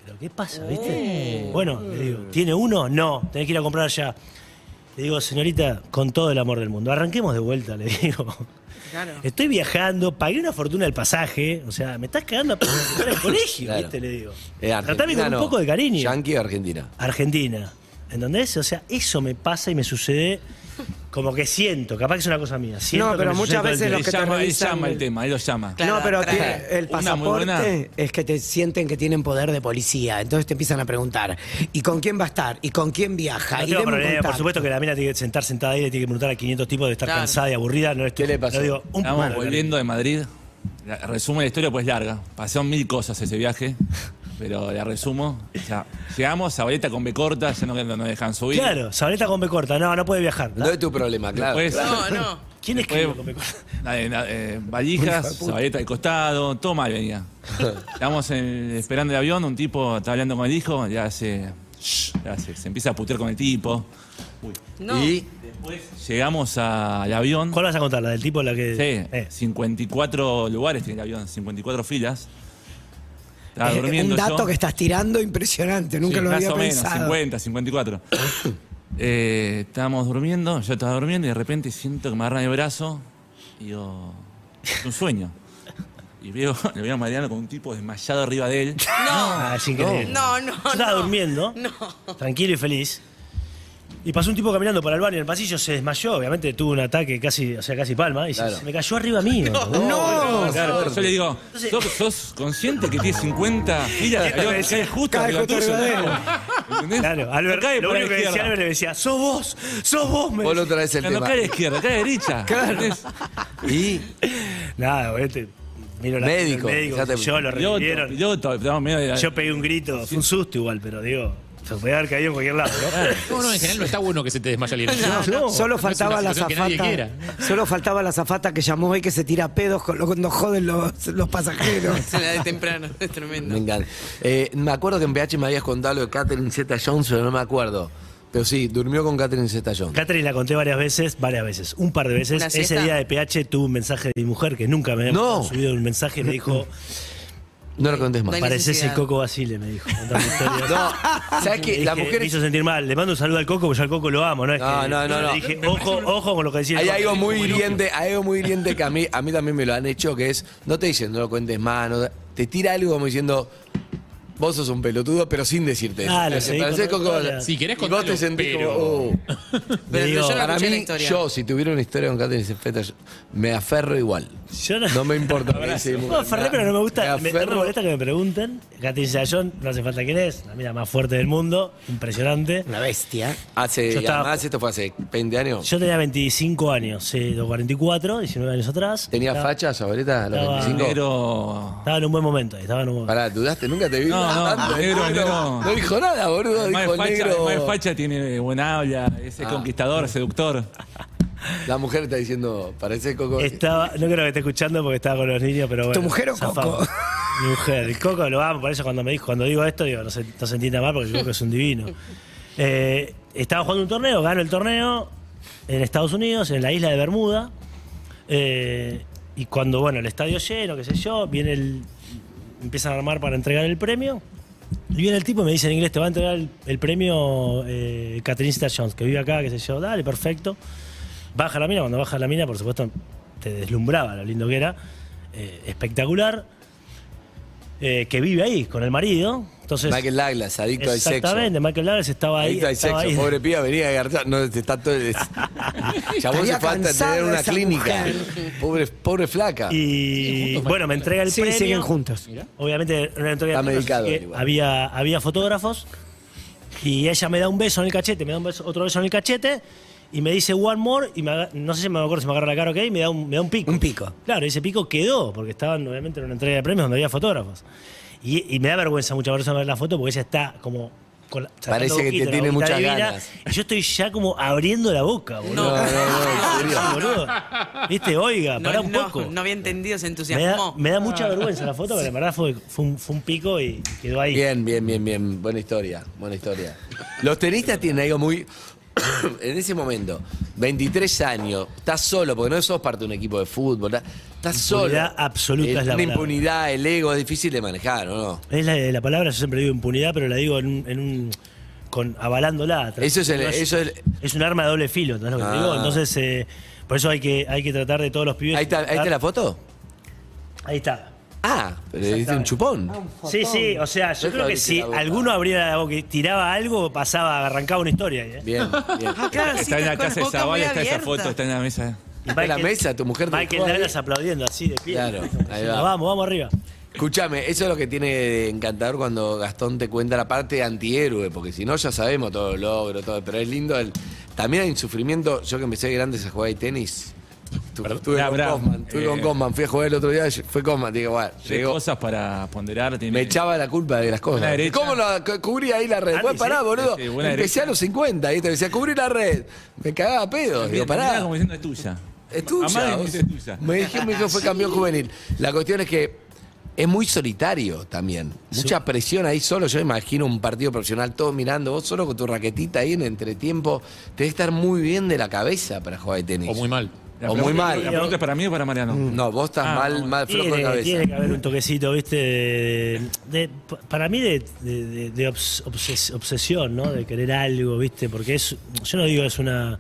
Speaker 4: ¿Pero qué pasa, viste? Bueno, le digo, ¿tiene uno? No, tenés que ir a comprar allá. Le digo, señorita, con todo el amor del mundo, arranquemos de vuelta, le digo.
Speaker 5: Claro.
Speaker 4: Estoy viajando, pagué una fortuna del pasaje, o sea, me estás cagando a p- al colegio,
Speaker 2: Claro.
Speaker 4: ¿viste? Le digo.
Speaker 2: Eh,
Speaker 4: Tratame
Speaker 2: Argentina
Speaker 4: con un
Speaker 2: no.
Speaker 4: poco de cariño.
Speaker 2: Yankee o Argentina.
Speaker 4: Argentina. ¿Entendés? O sea, eso me pasa y me sucede como que siento, capaz que es una cosa mía. siento
Speaker 6: No,
Speaker 4: que
Speaker 6: pero
Speaker 4: me sucede
Speaker 6: muchas
Speaker 4: todo el
Speaker 6: veces
Speaker 4: tiempo.
Speaker 6: los
Speaker 7: Él
Speaker 6: que te
Speaker 7: llama, él
Speaker 6: revisan
Speaker 7: llama
Speaker 6: el-
Speaker 7: el tema, él lo llama.
Speaker 5: Claro,
Speaker 6: no, pero
Speaker 5: trae
Speaker 6: tiene- el
Speaker 7: una muy buena.
Speaker 6: pasaporte es que te sienten que tienen poder de policía, entonces te empiezan a preguntar, ¿y con quién va a estar? ¿Y con quién viaja?
Speaker 4: No
Speaker 6: y
Speaker 4: tengo
Speaker 6: deme un
Speaker 4: problema, por
Speaker 6: contacto.
Speaker 4: supuesto que la mina tiene que sentar sentada ahí y le tiene que preguntar a 500 tipos de estar
Speaker 5: Claro.
Speaker 4: cansada y aburrida. No estoy,
Speaker 2: ¿Qué le pasó?
Speaker 4: no digo, un
Speaker 7: Estábamos
Speaker 4: poco de
Speaker 7: volviendo de Madrid. La- resumo la historia, pues larga. Pasaron mil cosas ese viaje, pero la resumo. O sea, llegamos a Valeta con B corta, ya no, no- no dejan subir.
Speaker 4: cariño. Claro, Sabaleta con B corta. No, no puede viajar.
Speaker 2: No es tu problema, claro.
Speaker 7: Después,
Speaker 5: No, no.
Speaker 4: ¿Quién
Speaker 7: después,
Speaker 4: escribe con B corta?
Speaker 7: la de- la- eh, valijas, Sabaleta al costado, todo mal venía. Estábamos en- esperando el avión, un tipo está hablando con el hijo, ya hace. shh, ya hace- se empieza a putear con el tipo.
Speaker 5: No.
Speaker 2: Y
Speaker 7: Llegamos al avión.
Speaker 4: ¿Cuál vas a contar? ¿La del tipo la que.?
Speaker 7: Sí,
Speaker 4: Eh.
Speaker 7: 54 lugares tiene el avión, 54 filas. Estaba
Speaker 4: Ah,
Speaker 6: Es
Speaker 7: durmiendo
Speaker 6: Eh, un dato
Speaker 7: yo.
Speaker 6: que estás tirando impresionante, nunca
Speaker 7: Sí,
Speaker 6: lo
Speaker 7: más
Speaker 6: había
Speaker 7: o menos,
Speaker 6: pensado.
Speaker 7: 50, 54. Eh, estábamos durmiendo, yo estaba durmiendo y de repente siento que me agarran el brazo y digo, es un sueño. Y veo, le veo a Mariano con un tipo desmayado arriba de él.
Speaker 4: Ah, es increíble.
Speaker 5: No, no,
Speaker 4: Yo estaba
Speaker 5: no.
Speaker 4: durmiendo, tranquilo y feliz. Y pasó un tipo caminando por el baño en el pasillo, se desmayó, obviamente tuvo un ataque casi, o sea, casi palma, y se-
Speaker 2: Claro.
Speaker 4: se me cayó arriba mío. boludo.
Speaker 7: Claro, yo le digo, ¿sos, sos consciente que tiene 50 filas? de avión que cae justo
Speaker 6: Cae
Speaker 7: arriba
Speaker 6: justo
Speaker 7: tuyo,
Speaker 6: arriba de él.
Speaker 7: ¿Entendés?
Speaker 4: Claro,
Speaker 7: No
Speaker 4: Albert,
Speaker 7: cae
Speaker 4: lo
Speaker 7: por la
Speaker 4: único que decía
Speaker 7: izquierda.
Speaker 4: Albert le decía, sos vos, sos vos, me
Speaker 2: vos lo
Speaker 4: decía.
Speaker 2: traes el
Speaker 7: No, no
Speaker 2: tema.
Speaker 7: cae a la izquierda, cae a la derecha. ¿entendés?
Speaker 2: Y
Speaker 4: Nada, obviamente, miro la
Speaker 2: Médico,
Speaker 4: el médico,
Speaker 2: ya te-
Speaker 4: yo lo
Speaker 7: Piloto,
Speaker 4: revivieron.
Speaker 7: piloto, estamos medio de la-
Speaker 4: Yo pegué un grito, fue un susto igual, pero digo, Se puede haber caído en cualquier lado, ¿no?
Speaker 3: No, no, en general no está bueno que se te desmaya alguien.
Speaker 4: No, no.
Speaker 6: Solo
Speaker 3: No es una
Speaker 6: faltaba la
Speaker 3: situación que nadie
Speaker 6: zafata. Solo faltaba la zafata que llamó y que se tira pedos con- cuando joden los, los pasajeros.
Speaker 5: Se la de temprano, es tremendo.
Speaker 2: Me encanta. Eh, me acuerdo que en PH me habías contado lo de Catherine Zeta Jones, pero no me acuerdo. Pero sí, durmió con Catherine Zeta Jones.
Speaker 4: Catherine la conté varias veces, varias veces, un par de veces.
Speaker 5: ¿Una
Speaker 4: Ese
Speaker 5: siesta?
Speaker 4: día de PH tuve un mensaje de mi mujer que nunca me había
Speaker 2: No.
Speaker 4: subido un mensaje y me dijo,
Speaker 2: No lo contés más.
Speaker 5: hay
Speaker 4: pareces el
Speaker 5: necesidad.
Speaker 4: Coco Basile, me dijo. contando historias.
Speaker 2: No, ¿sabes
Speaker 4: Le
Speaker 2: qué? Las
Speaker 4: dije, Me
Speaker 2: mujeres.
Speaker 4: hizo sentir mal. Le mando un saludo al Coco, porque yo al Coco lo amo, ¿no? Es
Speaker 2: No,
Speaker 4: que-
Speaker 2: no, no,
Speaker 4: le
Speaker 2: no.
Speaker 4: dije, ojo, ojo con lo que decía.
Speaker 2: Hay
Speaker 4: el Coco".
Speaker 2: algo muy hiriente, hay algo muy hiriente que a mí, a mí también me lo han hecho, que es, no te dicen, no lo cuentes más, no- te tira algo como diciendo, vos sos un pelotudo, pero sin decirte eso.
Speaker 4: Claro,
Speaker 2: Te
Speaker 4: seguí
Speaker 2: pareces
Speaker 4: Ah, con la
Speaker 2: Coco-
Speaker 4: historia.
Speaker 3: Si querés
Speaker 2: y vos
Speaker 3: contalo,
Speaker 2: te sentís
Speaker 3: pero-
Speaker 2: como, "Oh".
Speaker 5: Pero
Speaker 4: digo,
Speaker 5: yo no
Speaker 2: Para
Speaker 5: escuché la
Speaker 2: mí,
Speaker 5: historia.
Speaker 2: yo, si tuviera una historia con Catherine Zeta, Jones, me aferro igual.
Speaker 4: Yo no-
Speaker 2: No me importa. me dice,
Speaker 4: No, aferré, pero no me gusta. Me,
Speaker 2: Me
Speaker 4: no me
Speaker 2: aferro.
Speaker 4: molesta que me pregunten. Catherine Sayón, no hace falta quién es. La mira más fuerte del mundo. Impresionante.
Speaker 6: Una bestia.
Speaker 2: Hace,
Speaker 4: Yo
Speaker 2: y
Speaker 4: estaba-
Speaker 2: Ah, además, esto fue hace 20 años.
Speaker 4: Yo tenía 25 años, eh, sí, los 44, 19 años atrás.
Speaker 2: ¿Tenía
Speaker 4: Estaba-
Speaker 2: facha, Sabreta, a los
Speaker 4: estaba-
Speaker 2: 25?
Speaker 7: Negro.
Speaker 4: Estaba en un buen momento, ahí, estaba en un buen momento.
Speaker 2: Pará, dudaste, nunca te vi.
Speaker 7: No, no,
Speaker 2: tanto,
Speaker 7: negro, negro.
Speaker 2: No dijo nada, boludo.
Speaker 7: Además
Speaker 2: Dijo
Speaker 7: de facha, además de
Speaker 2: negro. Ah.
Speaker 7: facha tiene buena habla, es el conquistador, seductor.
Speaker 2: La mujer está diciendo, parece Coco.
Speaker 4: Estaba, no creo que esté escuchando porque estaba con los niños, pero bueno.
Speaker 6: mujer o
Speaker 4: zafamos.
Speaker 6: Coco?
Speaker 4: Mi mujer, el Coco lo amo, por eso cuando me dijo, cuando digo esto, digo, no se, no se entienda mal porque el Coco es un divino. Eh, estaba jugando un torneo, gano el torneo en Estados Unidos, en la isla de Bermuda. eh, y cuando, bueno, el estadio lleno, qué sé yo, viene el. empiezan a armar para entregar el premio. Y viene el tipo y me dice en inglés, te va a entregar el, el premio eh, Catherine Zeta Jones, que vive acá, qué sé yo, dale, perfecto. Baja la mina, cuando baja la mina, por supuesto, te deslumbraba lo lindo que era. Eh, espectacular. Eh, que vive ahí con el marido. Entonces,
Speaker 2: Michael Douglas, adicto al sexo.
Speaker 4: exactamente, Michael Douglas estaba ahí.
Speaker 2: Adicto al sexo.
Speaker 4: estaba ahí.
Speaker 2: Pobre piba, venía a garchar. No, te está todo. es- Ya vos
Speaker 6: Estaría
Speaker 2: se falta
Speaker 6: cansada
Speaker 2: tener una
Speaker 6: esa
Speaker 2: clínica.
Speaker 6: mujer.
Speaker 2: Pobre, pobre flaca.
Speaker 4: Y bueno, me entrega el
Speaker 6: Sí,
Speaker 4: premio.
Speaker 6: siguen juntos.
Speaker 4: Obviamente, no
Speaker 2: Está
Speaker 4: le entregué el premio,
Speaker 2: medicado
Speaker 4: así que
Speaker 2: él igual.
Speaker 4: había, había fotógrafos. Y ella me da un beso en el cachete, me da un beso, otro beso en el cachete. Y me dice one more, y me aga- no sé si me acuerdo si me agarra la cara o qué, y me da un, me da un pico.
Speaker 6: Un pico.
Speaker 4: Claro, ese pico quedó, porque estaban obviamente en una entrega de premios donde había fotógrafos. Y, y me da vergüenza muchas veces ver la foto porque ella está como. con la- sacando
Speaker 2: Parece que te
Speaker 4: boquita, la
Speaker 2: tiene
Speaker 4: boquita
Speaker 2: muchas ganas.
Speaker 4: Y yo estoy ya como abriendo la boca,
Speaker 2: No,
Speaker 4: boludo.
Speaker 2: no, no, en serio.
Speaker 4: Sí, boludo. Viste, oiga,
Speaker 5: No,
Speaker 4: pará un
Speaker 5: no,
Speaker 4: poco.
Speaker 5: No había entendido ese
Speaker 4: me, da,
Speaker 5: entusiasmo.
Speaker 4: me da mucha vergüenza la foto, pero en verdad fue, fue, un, fue un pico y quedó ahí.
Speaker 2: Bien, bien, bien, bien. Buena historia, buena historia. Los tenistas tienen algo muy... en ese momento, 23 años, estás solo, porque no sos parte de un equipo de fútbol, ¿verdad? estás solo.
Speaker 4: Impunidad absoluta
Speaker 2: Eh,
Speaker 4: es la
Speaker 2: Una
Speaker 4: palabra.
Speaker 2: impunidad, el ego, es difícil de manejar, ¿o no?
Speaker 4: Es la, la palabra, yo siempre digo impunidad, pero la digo en un. en un- con, avalándola.
Speaker 2: Eso es el-
Speaker 4: No
Speaker 2: eso es el-
Speaker 4: es un arma de doble filo, ¿entendés lo que te
Speaker 2: Ah.
Speaker 4: digo? Entonces, eh, por eso hay que, hay que tratar de todos los pibes.
Speaker 2: ¿Ahí está, ahí está la foto?
Speaker 4: Ahí está.
Speaker 2: Ah, pero le diste un
Speaker 4: Ah,
Speaker 2: chupón.
Speaker 4: Sí, sí, o sea, yo
Speaker 2: Deja
Speaker 4: creo que
Speaker 2: abrirte
Speaker 4: si
Speaker 2: la boca.
Speaker 4: alguno abría la boca y tiraba algo, pasaba, arrancaba una historia. ahí, ¿eh?
Speaker 2: Bien, bien.
Speaker 5: Ah, claro, sí,
Speaker 7: Está en la
Speaker 5: con
Speaker 7: casa de
Speaker 5: boca
Speaker 7: Zavala,
Speaker 5: muy
Speaker 7: está esa
Speaker 5: abierta.
Speaker 7: foto, está en la mesa.
Speaker 4: Y
Speaker 2: Está en la mesa, tu mujer te
Speaker 4: Michael
Speaker 2: dejó ahí.
Speaker 4: Douglas aplaudiendo así de pie.
Speaker 2: Claro, ahí va.
Speaker 4: Vamos, vamos arriba.
Speaker 2: Escúchame, eso es lo que tiene de encantador cuando Gastón te cuenta la parte de antihéroe, porque si no ya sabemos todo el logro, todo, pero es lindo el. También hay un sufrimiento, yo que empecé de grandes a jugar de tenis. tu- Estuve
Speaker 7: Bra-
Speaker 2: con
Speaker 7: bra-
Speaker 2: Cosman, estuve
Speaker 7: eh.
Speaker 2: con Cosman, fui a jugar el otro día, fue Cosman, digo, bueno,
Speaker 7: Hay
Speaker 2: llegó.
Speaker 7: cosas para ponderar. Tiene...
Speaker 2: Me echaba la culpa de las
Speaker 7: Buena
Speaker 2: cosas.
Speaker 7: derecha.
Speaker 2: ¿Cómo la cu- cubrí ahí la red?
Speaker 4: Ah,
Speaker 2: Bueno,
Speaker 4: sí,
Speaker 2: pará,
Speaker 4: sí.
Speaker 2: boludo.
Speaker 7: Sí, buena
Speaker 2: Empecé
Speaker 7: derecha.
Speaker 2: a los 50, y te decía, cubrí la red. Me cagaba a pedo. Digo,
Speaker 7: Mira,
Speaker 2: pará.
Speaker 7: mira como diciendo es tuya.
Speaker 2: Es tuya.
Speaker 7: Amá,
Speaker 2: vos-
Speaker 7: dijiste, es tuya.
Speaker 2: Me dijeron me dijo, fue campeón juvenil. La cuestión es que es muy solitario también. Mucha presión ahí solo. Yo me imagino un partido profesional, todos mirando, vos solo con tu raquetita ahí en entretiempo. Te debe estar muy bien de la cabeza para jugar de tenis.
Speaker 3: O muy mal.
Speaker 7: La
Speaker 2: O
Speaker 7: pregunta-
Speaker 2: muy
Speaker 7: La
Speaker 2: mal.
Speaker 7: pregunta es para mí o para Mariano.
Speaker 2: No, vos estás
Speaker 7: Ah,
Speaker 2: mal,
Speaker 7: no,
Speaker 2: mal flojo de
Speaker 4: Tiene,
Speaker 2: cabeza.
Speaker 4: tiene que haber un toquecito, viste, de, de- para mí de, de- de- de obs- obses- obsesión, ¿no? De querer algo, viste, porque es, yo no digo es una,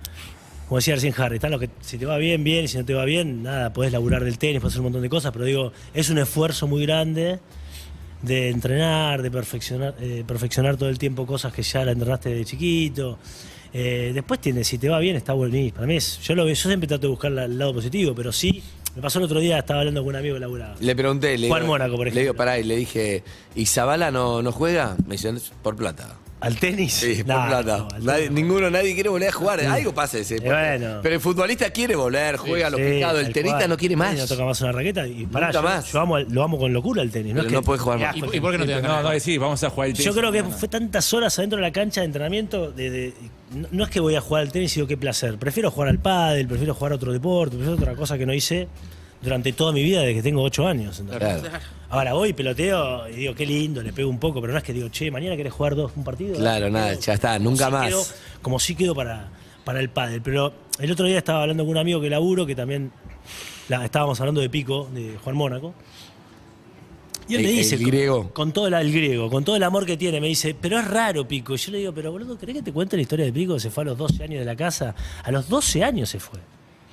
Speaker 4: como decía recién Harry, están los que si te va bien, bien, y si no te va bien, nada, podés laburar del tenis, podés hacer un montón de cosas, pero digo, es un esfuerzo muy grande de entrenar, de perfeccionar, eh, perfeccionar todo el tiempo cosas que ya la entrenaste de chiquito. Eh, después tiene, si te va bien, está buenísimo. Para mí es, yo lo veo, yo siempre trato de buscar la- el lado positivo, pero sí, me pasó el otro día, estaba hablando con un amigo que laburaba.
Speaker 2: Le pregunté, le
Speaker 4: Juan
Speaker 2: digo,
Speaker 4: Mónaco, por
Speaker 2: Le digo,
Speaker 4: ejemplo.
Speaker 2: pará, y le dije, ¿y Zabala no, no juega? Me dicen, por plata.
Speaker 4: ¿Al tenis?
Speaker 2: Sí,
Speaker 4: Nah,
Speaker 2: por plata.
Speaker 4: no, al
Speaker 2: Nadie-
Speaker 4: tenis.
Speaker 2: ninguno, nadie quiere volver a jugar. Algo pasa ese. deporte.
Speaker 4: bueno.
Speaker 2: Pero el futbolista quiere volver, juega a lo
Speaker 4: Sí,
Speaker 2: picado. El
Speaker 4: tal
Speaker 2: tenista
Speaker 4: cual.
Speaker 2: no quiere
Speaker 4: No
Speaker 2: más.
Speaker 4: toca más una raqueta y pará,
Speaker 2: Nunca
Speaker 4: yo,
Speaker 2: más.
Speaker 4: yo amo- lo amo con locura el tenis. No,
Speaker 2: Pero
Speaker 4: es que-
Speaker 2: no puede jugar más.
Speaker 4: Ya,
Speaker 3: ¿Y,
Speaker 4: hijo
Speaker 3: y por qué no te dan
Speaker 7: No,
Speaker 3: ganas?
Speaker 7: no, sí, vamos a jugar el
Speaker 4: Yo
Speaker 7: tenis.
Speaker 4: creo que
Speaker 7: No, no.
Speaker 4: fue tantas horas adentro de la cancha de entrenamiento. de- de- no, no es que voy a jugar al tenis, sino qué placer. Prefiero jugar al pádel, prefiero jugar a otro deporte, prefiero otra cosa que no hice durante toda mi vida desde que tengo 8 años. ¿entendés?
Speaker 2: Claro.
Speaker 4: Ahora voy, peloteo y digo, qué lindo, le pego un poco, pero no es que digo, che, mañana querés jugar dos un partido.
Speaker 2: Claro, nada, ya está,
Speaker 4: Como
Speaker 2: nunca
Speaker 4: sí
Speaker 2: más.
Speaker 4: quedo- como sí quedo para, para el pádel. Pero el otro día estaba hablando con un amigo que laburo, que también la- estábamos hablando de Pico, de Juan Mónaco. Y él
Speaker 2: El-
Speaker 4: me
Speaker 2: el
Speaker 4: dice, con-
Speaker 2: griego.
Speaker 4: Con, todo la- el griego, con todo el amor que tiene, me dice, pero es raro Pico. Y yo le digo, pero boludo, ¿querés que te cuente la historia de Pico? Se fue a los 12 años de la casa. A los 12 años se fue.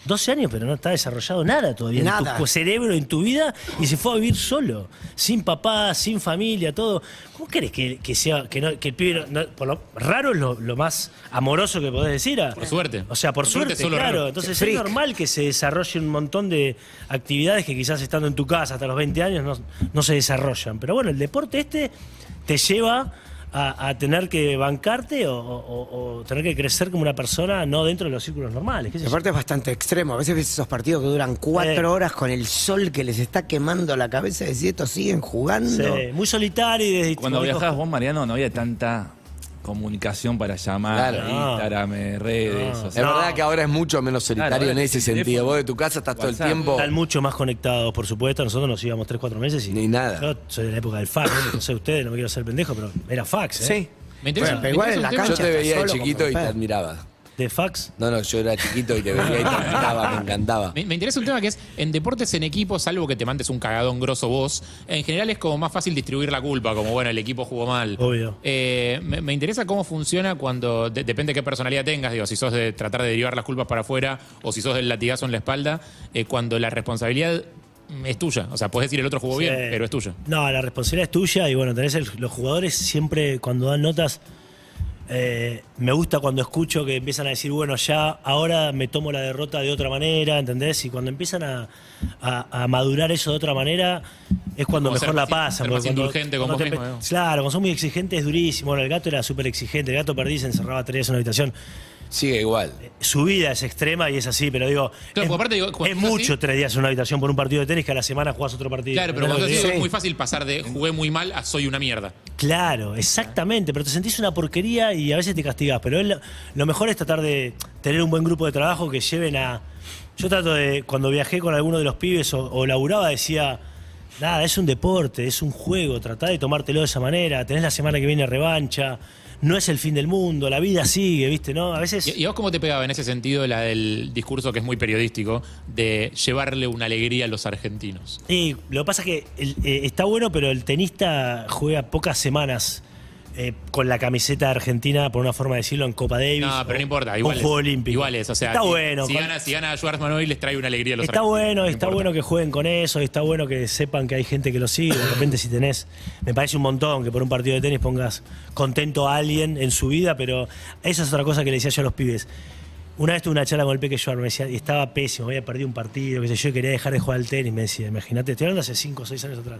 Speaker 4: 12 años, pero no está desarrollado nada todavía en
Speaker 6: Nada.
Speaker 4: tu co- cerebro, en tu vida, y se fue a vivir solo, sin papá, sin familia, todo. ¿Cómo crees que, que sea, que, no- que el pibe, no- no- por lo, raro es lo, lo más amoroso que podés decir? ah.
Speaker 3: Por suerte.
Speaker 4: O sea, por,
Speaker 3: Por suerte
Speaker 4: suerte,
Speaker 3: es solo
Speaker 4: claro.
Speaker 3: raro.
Speaker 4: Entonces
Speaker 6: Freak.
Speaker 4: es normal que se desarrolle un montón de actividades que quizás estando en tu casa hasta los 20 años no, no se desarrollan. Pero bueno, el deporte este te lleva a, a tener que bancarte o, o- o tener que crecer como una persona no dentro de los círculos normales. qué sé
Speaker 6: Y
Speaker 4: yo.
Speaker 6: aparte es bastante extremo. A veces ves esos partidos que duran cuatro
Speaker 4: Sí.
Speaker 6: horas con el sol que les está quemando la cabeza y decís, estos siguen jugando.
Speaker 4: Sí, muy solitario y desde
Speaker 7: Cuando
Speaker 4: como-
Speaker 7: viajabas vos, Mariano, no había tanta comunicación para llamar,
Speaker 2: Claro.
Speaker 7: Instagram, eh, redes, o
Speaker 2: Es
Speaker 7: sea,
Speaker 2: verdad que ahora es mucho menos solitario
Speaker 7: Claro, ahora
Speaker 2: en ese
Speaker 7: tenés
Speaker 2: sentido.
Speaker 7: teléfono,
Speaker 2: Vos de tu casa estás todo el
Speaker 7: WhatsApp.
Speaker 2: tiempo.
Speaker 4: Están mucho más conectados, por supuesto. Nosotros nos íbamos 3, 4 meses y.
Speaker 2: Ni nada.
Speaker 4: Yo soy de la época del fax, no, No sé ustedes, no me quiero hacer pendejo, pero era fax, ¿eh?
Speaker 6: Sí.
Speaker 3: Me interesa-
Speaker 6: Bueno, pero
Speaker 3: me
Speaker 6: igual
Speaker 3: interesa
Speaker 6: en
Speaker 3: un
Speaker 6: la
Speaker 3: tema-
Speaker 2: Yo
Speaker 6: cancha
Speaker 2: te veía de
Speaker 6: solo como
Speaker 2: chiquito y te
Speaker 6: romper.
Speaker 2: admiraba.
Speaker 4: De fax.
Speaker 2: No, no, yo era chiquito y te veía y te admiraba, me encantaba.
Speaker 3: Me, me interesa un tema que es, en deportes en equipo, salvo que te mandes un cagadón grosso vos, en general es como más fácil distribuir la culpa, como bueno, el equipo jugó mal.
Speaker 4: Obvio.
Speaker 3: Eh, me, me interesa cómo funciona cuando, de- depende de qué personalidad tengas, digo, si sos de tratar de derivar las culpas para afuera o si sos del latigazo en la espalda, eh, cuando la responsabilidad mm, es tuya. O sea, puedes decir el otro jugó bien,
Speaker 4: Sí.
Speaker 3: pero es tuya.
Speaker 4: No, la responsabilidad es tuya y bueno, tenés el- los jugadores siempre cuando dan notas. eh, me gusta cuando escucho que empiezan a decir, bueno, ya ahora me tomo la derrota de otra manera, ¿entendés? Y cuando empiezan a, a- a madurar eso de otra manera, es cuando
Speaker 3: Como ser
Speaker 4: mejor la
Speaker 3: más- ser
Speaker 4: pasan. porque
Speaker 3: más
Speaker 4: cuando-
Speaker 3: indulgente con
Speaker 4: cuando
Speaker 3: vos
Speaker 4: te
Speaker 3: mismo,
Speaker 4: empe-
Speaker 3: digamos.
Speaker 4: Claro, cuando son muy exigentes es durísimo. Bueno, el gato era súper exigente, el gato perdí, se encerraba tres días en una habitación.
Speaker 2: Sigue igual.
Speaker 4: Su vida es extrema y es así, pero digo,
Speaker 3: Claro,
Speaker 4: es,
Speaker 3: porque aparte digo, cuando
Speaker 4: es
Speaker 3: estás
Speaker 4: mucho
Speaker 3: así-
Speaker 4: tres días en una habitación por un partido de tenis que a la semana jugás otro partido.
Speaker 3: Claro, pero
Speaker 4: ¿Entendés
Speaker 3: cuando
Speaker 4: lo que
Speaker 3: decís,
Speaker 4: digo?
Speaker 3: es muy fácil pasar de jugué muy mal a soy una mierda.
Speaker 4: Claro, exactamente, pero te sentís una porquería y a veces te castigás. Pero él- lo mejor es tratar de tener un buen grupo de trabajo que lleven a. Yo trato de, cuando viajé con alguno de los pibes o, o laburaba, decía: Nada, es un deporte, es un juego, tratá de tomártelo de esa manera. Tenés la semana que viene revancha, no es el fin del mundo, la vida sigue, ¿viste? ¿No? A veces.
Speaker 3: ¿Y, y a vos cómo te pegaba en ese sentido la del discurso que es muy periodístico de llevarle una alegría a los argentinos?
Speaker 4: Y lo que pasa es que el- eh, está bueno, pero el tenista juega pocas semanas eh, con la camiseta de argentina, por una forma de decirlo, en Copa Davis.
Speaker 3: No, pero
Speaker 4: o
Speaker 3: no importa,
Speaker 4: un
Speaker 3: igual. es-
Speaker 4: juego olímpico.
Speaker 3: Igual es, o sea.
Speaker 4: Está
Speaker 3: si-
Speaker 4: bueno.
Speaker 3: Si
Speaker 4: con-
Speaker 3: gana, si gana Schwarz Manuel, les trae una alegría a los
Speaker 4: Está
Speaker 3: argentinos.
Speaker 4: bueno,
Speaker 3: No
Speaker 4: está
Speaker 3: importa.
Speaker 4: bueno que jueguen con eso, está bueno que sepan que hay gente que lo sigue. De repente, si tenés, me parece un montón que por un partido de tenis pongas contento a alguien en su vida, pero esa es otra cosa que le decía yo a los pibes. Una vez tuve una charla con el Peque Joan, me decía, y estaba pésimo, había perdido un partido, qué sé yo, y quería dejar de jugar al tenis, me decía, imagínate, estoy hablando hace 5 o 6 años atrás.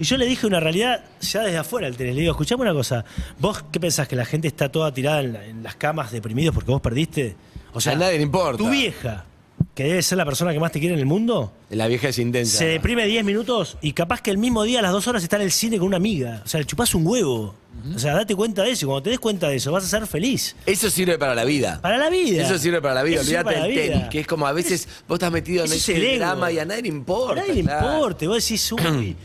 Speaker 4: Y yo le dije una realidad ya desde afuera al tenis. Le digo, escuchame una cosa. ¿Vos qué pensás? ¿Que la gente está toda tirada en, la- en las camas deprimidos porque vos perdiste? O sea,
Speaker 2: A nadie le importa.
Speaker 4: Tu vieja, que debe ser la persona que más te quiere en el mundo,
Speaker 2: La vieja es intensa.
Speaker 4: se deprime 10 minutos y capaz que el mismo día a las 2 horas está en el cine con una amiga. O sea, le chupás un huevo. O sea, date cuenta de eso. y Cuando te des cuenta de eso, vas a ser feliz.
Speaker 2: Eso sirve para la vida.
Speaker 4: Para la vida.
Speaker 2: Eso sirve para la vida.
Speaker 4: Eso sirve
Speaker 2: Olvídate
Speaker 4: para
Speaker 2: del
Speaker 4: la
Speaker 2: tenis,
Speaker 4: vida.
Speaker 2: que es como a veces vos estás metido en
Speaker 4: Ese es el
Speaker 2: ese
Speaker 4: ego.
Speaker 2: drama y a nadie le
Speaker 4: A
Speaker 2: importa.
Speaker 4: nadie le
Speaker 2: claro.
Speaker 4: importa. Vos decís, uy,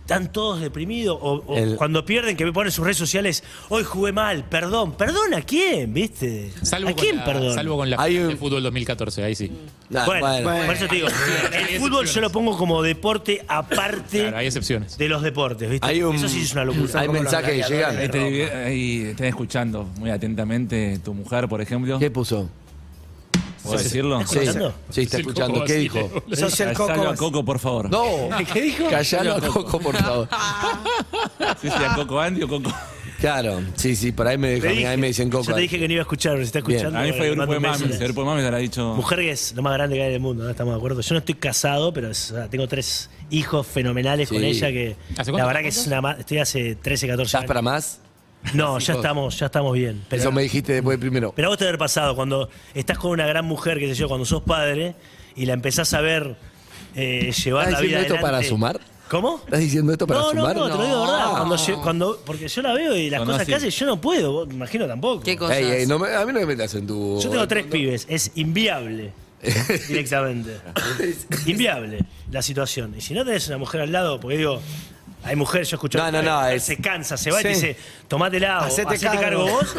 Speaker 4: están todos deprimidos. O, o
Speaker 2: El-
Speaker 4: cuando pierden, que me ponen sus redes sociales, hoy jugué mal, perdón. ¿Perdón a quién, viste?
Speaker 3: Salvo
Speaker 4: ¿A
Speaker 3: con
Speaker 4: quién,
Speaker 3: la-
Speaker 4: perdón?
Speaker 3: Salvo con la
Speaker 2: Hay
Speaker 3: final
Speaker 2: un-
Speaker 3: de fútbol 2014, ahí sí.
Speaker 2: Nah,
Speaker 4: bueno,
Speaker 2: bueno.
Speaker 4: por eso te digo, el fútbol yo lo pongo como deporte aparte
Speaker 3: Claro, hay excepciones.
Speaker 4: de los deportes, ¿viste?
Speaker 2: Hay un-
Speaker 4: Eso sí es una locura.
Speaker 2: hay
Speaker 4: Como los
Speaker 2: mensajes que
Speaker 4: gladiadores
Speaker 2: llegan.
Speaker 7: ahí,
Speaker 4: de
Speaker 7: te,
Speaker 4: Roma.
Speaker 7: divi- ahí están escuchando muy atentamente tu mujer, por ejemplo.
Speaker 2: ¿Qué puso?
Speaker 7: ¿Puedes decirlo?
Speaker 2: Sí,
Speaker 4: escuchando?
Speaker 2: sí, está
Speaker 3: El Coco
Speaker 2: escuchando. ¿Qué
Speaker 3: Basile,
Speaker 2: dijo?
Speaker 3: boludo.
Speaker 6: Sos el
Speaker 7: Callalo
Speaker 6: coco.
Speaker 7: a Coco, por favor.
Speaker 2: No. ¿Qué dijo? Callalo a Coco, por favor.
Speaker 7: Sí, sí, a Coco Andy o Coco.
Speaker 2: Claro, sí, sí, por ahí me dijo.
Speaker 4: Te
Speaker 2: a mí-
Speaker 4: dije-
Speaker 2: ahí me dicen Coco.
Speaker 4: Yo te dije que no iba a escuchar, pero si está
Speaker 2: Bien.
Speaker 4: escuchando.
Speaker 7: A mí fue
Speaker 4: le
Speaker 7: el grupo
Speaker 4: mando
Speaker 7: de
Speaker 4: un
Speaker 7: mamis.
Speaker 4: beso.
Speaker 7: El grupo de mamis habrá dicho.
Speaker 4: Mujer que es lo más grande que hay en el mundo, ¿no? Estamos de acuerdo. Yo no estoy casado, pero es- o sea, tengo tres hijos fenomenales
Speaker 2: Sí.
Speaker 4: con ella que
Speaker 3: ¿Hace cuánto
Speaker 4: la verdad
Speaker 3: estás
Speaker 4: que es
Speaker 3: juntos?
Speaker 4: una ma- estoy hace 13, 14
Speaker 2: ¿Estás
Speaker 4: años.
Speaker 2: para más?
Speaker 4: No, ya estamos, ya estamos bien. Pero,
Speaker 2: Eso me dijiste después de primero.
Speaker 4: pero a vos te debe haber pasado cuando estás con una gran mujer, qué sé yo, cuando sos padre y la empezás a ver eh, llevar
Speaker 2: ¿Estás
Speaker 4: la vida
Speaker 2: diciendo esto para
Speaker 4: adelante.
Speaker 2: sumar?
Speaker 4: ¿Cómo?
Speaker 2: ¿Estás diciendo esto para
Speaker 4: no,
Speaker 2: sumar?
Speaker 4: No, no, te lo digo de verdad. Cuando, yo- cuando- porque yo la veo y las
Speaker 7: Cuando
Speaker 4: cosas que
Speaker 7: hace-
Speaker 4: hace yo no puedo, vos, me imagino tampoco.
Speaker 5: ¿Qué cosas?
Speaker 2: Ey, ey, no me- a mí no me metas en tu.
Speaker 4: Yo tengo tres pibes, es inviable directamente. inviable la situación. Y si no tenés una mujer al lado, porque digo, hay mujeres, yo escucho
Speaker 2: No, no, no, es-
Speaker 4: se cansa, se va y te
Speaker 6: Sí.
Speaker 4: dice, tomátela, o
Speaker 6: Hacete
Speaker 4: hacete,
Speaker 6: cargo".
Speaker 4: cargo. vos.